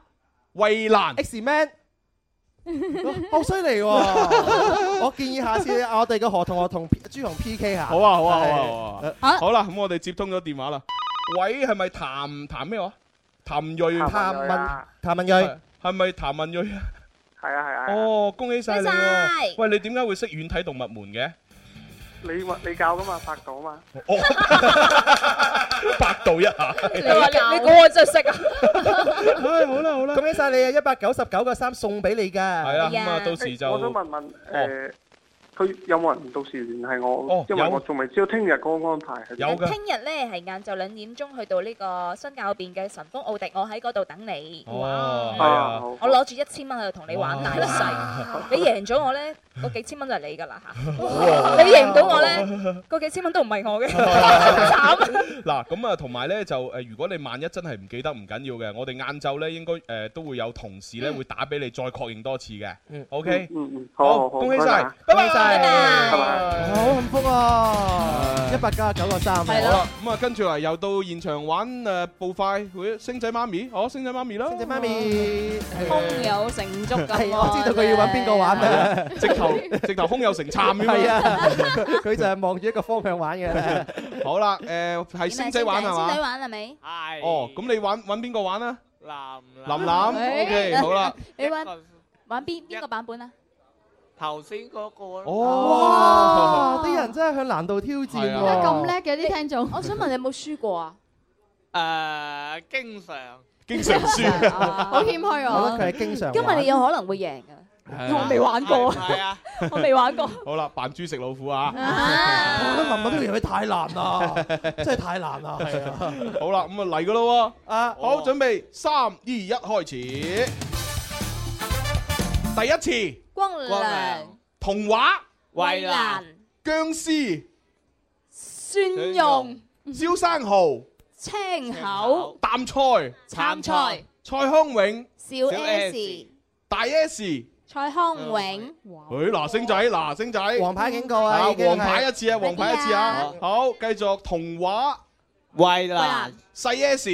S8: 衛蘭。
S9: X
S12: [LAUGHS]
S9: Man。好犀利喎！我建議下次我哋嘅何同學同朱紅 P K 下。
S8: 好啊，好啊，好啊，好啊
S12: 啊
S8: 好啦，咁我哋接通咗電話啦。喂，係咪譚譚咩話？譚瑞
S24: 譚
S9: 譚
S24: 文睿啊
S9: 文譚文睿。
S8: 係咪譚文瑞啊？
S24: 系啊系啊，係啊
S8: 哦，恭喜晒你
S7: 恭喜
S8: 喎！
S7: 晒
S8: 喂，你點解會識軟體動物門嘅？
S24: 你話你教噶嘛，拍到嘛，
S8: 哦，百度一下。
S12: 你話你你嗰個真係識啊！
S8: 唉，好啦好啦。
S9: 恭喜晒你啊！一百九十九個三送俾你㗎。
S8: 係啦，咁啊，
S7: 係啊
S8: 到時就
S24: 誒我想問問誒，
S25: 佢有冇人到時聯繫我？因為我仲未知道聽日嗰個安排係點
S26: 聽日咧係晏晝兩點鐘去到呢個新教邊嘅神風奧迪，我喺嗰度等你。
S8: 哦，
S25: 係啊
S8: 好
S26: 我攞住一千蚊喺度同你
S8: [LAUGHS]
S26: 玩大細，你贏咗我咧，嗰幾千蚊就係你㗎啦嚇。
S8: [LAUGHS] 啊
S26: 你贏唔到我咧，嗰幾千蚊都唔係我嘅，[LAUGHS] 好
S8: 啊
S26: 慘。
S8: [LAUGHS] 嗱，咁啊，同埋咧就誒，如果你萬一真係唔記得唔緊要嘅，我哋晏晝咧應該誒都會有同事咧會打俾你再確認多次嘅。OK，
S25: 嗯嗯，
S9: 好好
S8: 恭喜
S9: 好
S8: 晒，
S9: 拜
S8: 拜
S9: 拜拜
S8: 拜。
S9: 好幸福啊！一百加九個三，
S8: 好啦，咁啊，跟住嚟又到現場玩誒步快，會星仔媽咪，哦，星仔媽咪啦，星仔
S9: 媽咪，
S12: 胸有成竹咁
S9: 係
S8: 啊
S9: 我知道佢要揾邊個
S12: Dạ.
S9: 玩啦。
S8: 直頭直頭胸有成杉咁
S9: 係
S8: 啊！
S9: 啊，佢就係望住一個方向玩嘅。
S8: 好啦，誒係星仔玩係
S12: 星仔
S8: 嘛？
S12: 玩係咪？係
S8: 哦，咁你玩揾邊個玩啊？
S12: 男
S8: 林林，OK，好啦。。
S12: 你玩玩邊邊個版本啊？
S7: 頭先嗰個
S9: 哇！啲
S7: à.
S9: 人真係向難度挑戰
S7: 係
S9: 喎。
S7: 啊
S12: 咁叻嘅啲聽眾，我想問你有冇輸過啊？
S7: 誒，經常
S8: 經常
S7: 輸，
S12: [LAUGHS] 好謙虛
S9: 我覺得佢係經常玩
S12: 因為你有可能會贏噶，因為 [LAUGHS] 我未玩過， [LAUGHS] 我未玩過。
S8: 好啦，扮豬食老虎啊！
S9: 我覺得林林呢個遊戲太難
S8: [LAUGHS]
S9: 啦，真係太難啦，係啊！
S8: 好啦，咁啊嚟噶咯喎！啊，好，準備三二一，開始。第一次
S12: 光
S8: 良童話，
S7: 衛蘭
S8: 僵屍，
S12: 蒜蓉，
S8: 燒生蠔，
S12: 青口，
S8: 淡菜，
S12: 杉菜，
S8: 蔡康永，
S12: 小 S，
S8: 大 S。
S12: 蔡康永，
S8: 誒嗱，星仔，嗱，星仔，
S9: 黃牌警告啊已經係
S8: 黃牌一次啊，黃牌一次啊，好，繼續童話，
S7: 衛
S12: 蘭，
S8: 細 S。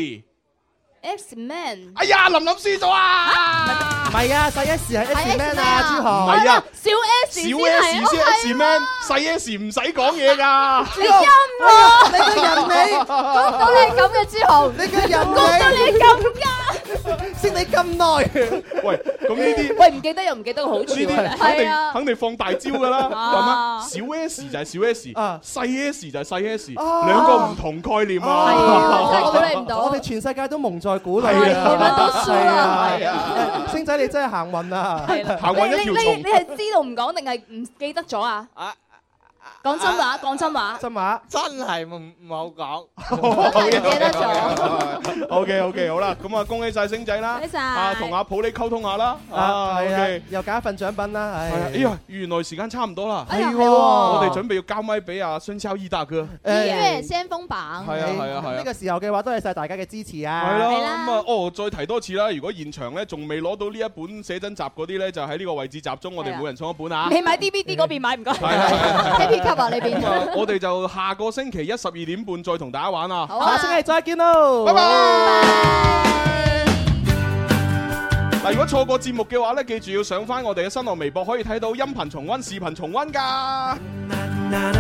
S12: X Man，
S8: 哎呀，林林輸咗啊！
S9: 唔係啊，細 S 係 S man 啊，朱
S8: 唔
S9: 豪。
S8: 係啊，
S12: 小 S 啊
S8: 小 S 先 S man，細 S 唔使講嘢㗎。
S12: 你陰
S9: 啊
S12: 啊！
S9: 你個人你
S12: 講到你係啊咁嘅朱豪，
S9: 你個人你
S12: 講到你係咁㗎，
S9: 識你咁耐，
S8: 喂，咁呢啲。
S12: [LAUGHS] 喂唔記得又唔記得個好處
S8: 呢
S12: 喎，
S8: 啲肯
S12: 係
S8: 定
S12: 啊，
S8: 肯定放大招㗎
S12: [LAUGHS]
S8: 啦，
S12: 啊
S8: 係咪？小 S 就係小 S，細 S 就係細 S，
S9: 啊
S8: 兩個唔同概念
S9: 我
S8: 啊！
S9: 哋我哋全世界都蒙在鼓裏
S8: 係啊我
S12: 哋都輸啦
S9: 係啊，星仔你真係行運啊！
S8: 行
S12: 你你你你係知道唔講定係唔記得咗啊？講真話，講真話，
S9: 真話，
S7: 真係唔唔好講。
S8: 好嘢，
S12: 記得
S8: 咗。OK OK，好啦， [LAUGHS] 咁啊，恭喜晒星仔啦，
S12: 恭喜晒
S8: 啊，同阿普你溝通下啦，
S9: 啊，係啊
S8: OK，
S9: 又揀一份獎品啦，唉
S8: 係啊，哎呀，原來時間差唔多啦，
S9: 哎呀係喎
S8: 我哋準備要交咪俾阿孫超伊達哥。
S3: 音樂先鋒榜，
S8: 係啊係啊係啊
S9: 呢個時候嘅話，多謝晒大家嘅支持啊！
S8: 係啦，咁啊，哦，再提多次啦，如果現場咧仲未攞到呢一本寫真集嗰啲咧，就喺呢個位置集中，我哋每人送一本啊。
S12: 你買 DVD 嗰邊買唔該
S8: ，Happy
S12: Cup 啊呢邊
S8: 咁啊，我哋就下個星期一十二點半再同大家玩啊。
S12: 好啊
S9: 下星期再見咯，
S8: 拜拜。嗱，如果錯過節目嘅話咧，記住要上翻我哋嘅新浪微博，可以睇到音頻重温、視頻重温㗎。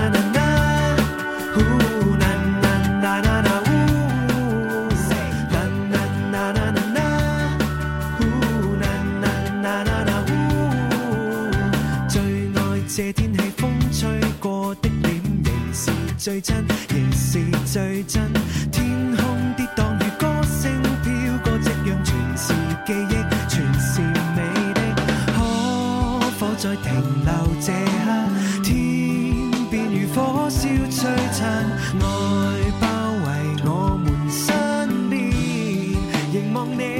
S24: 最愛這天氣風吹過的臉，仍是最真，仍是最真。天空跌宕如歌聲飄過，夕陽全是記憶，全是美的。可否再停留這刻？天邊如火燒璀璨，愛包圍我們身邊，凝望你。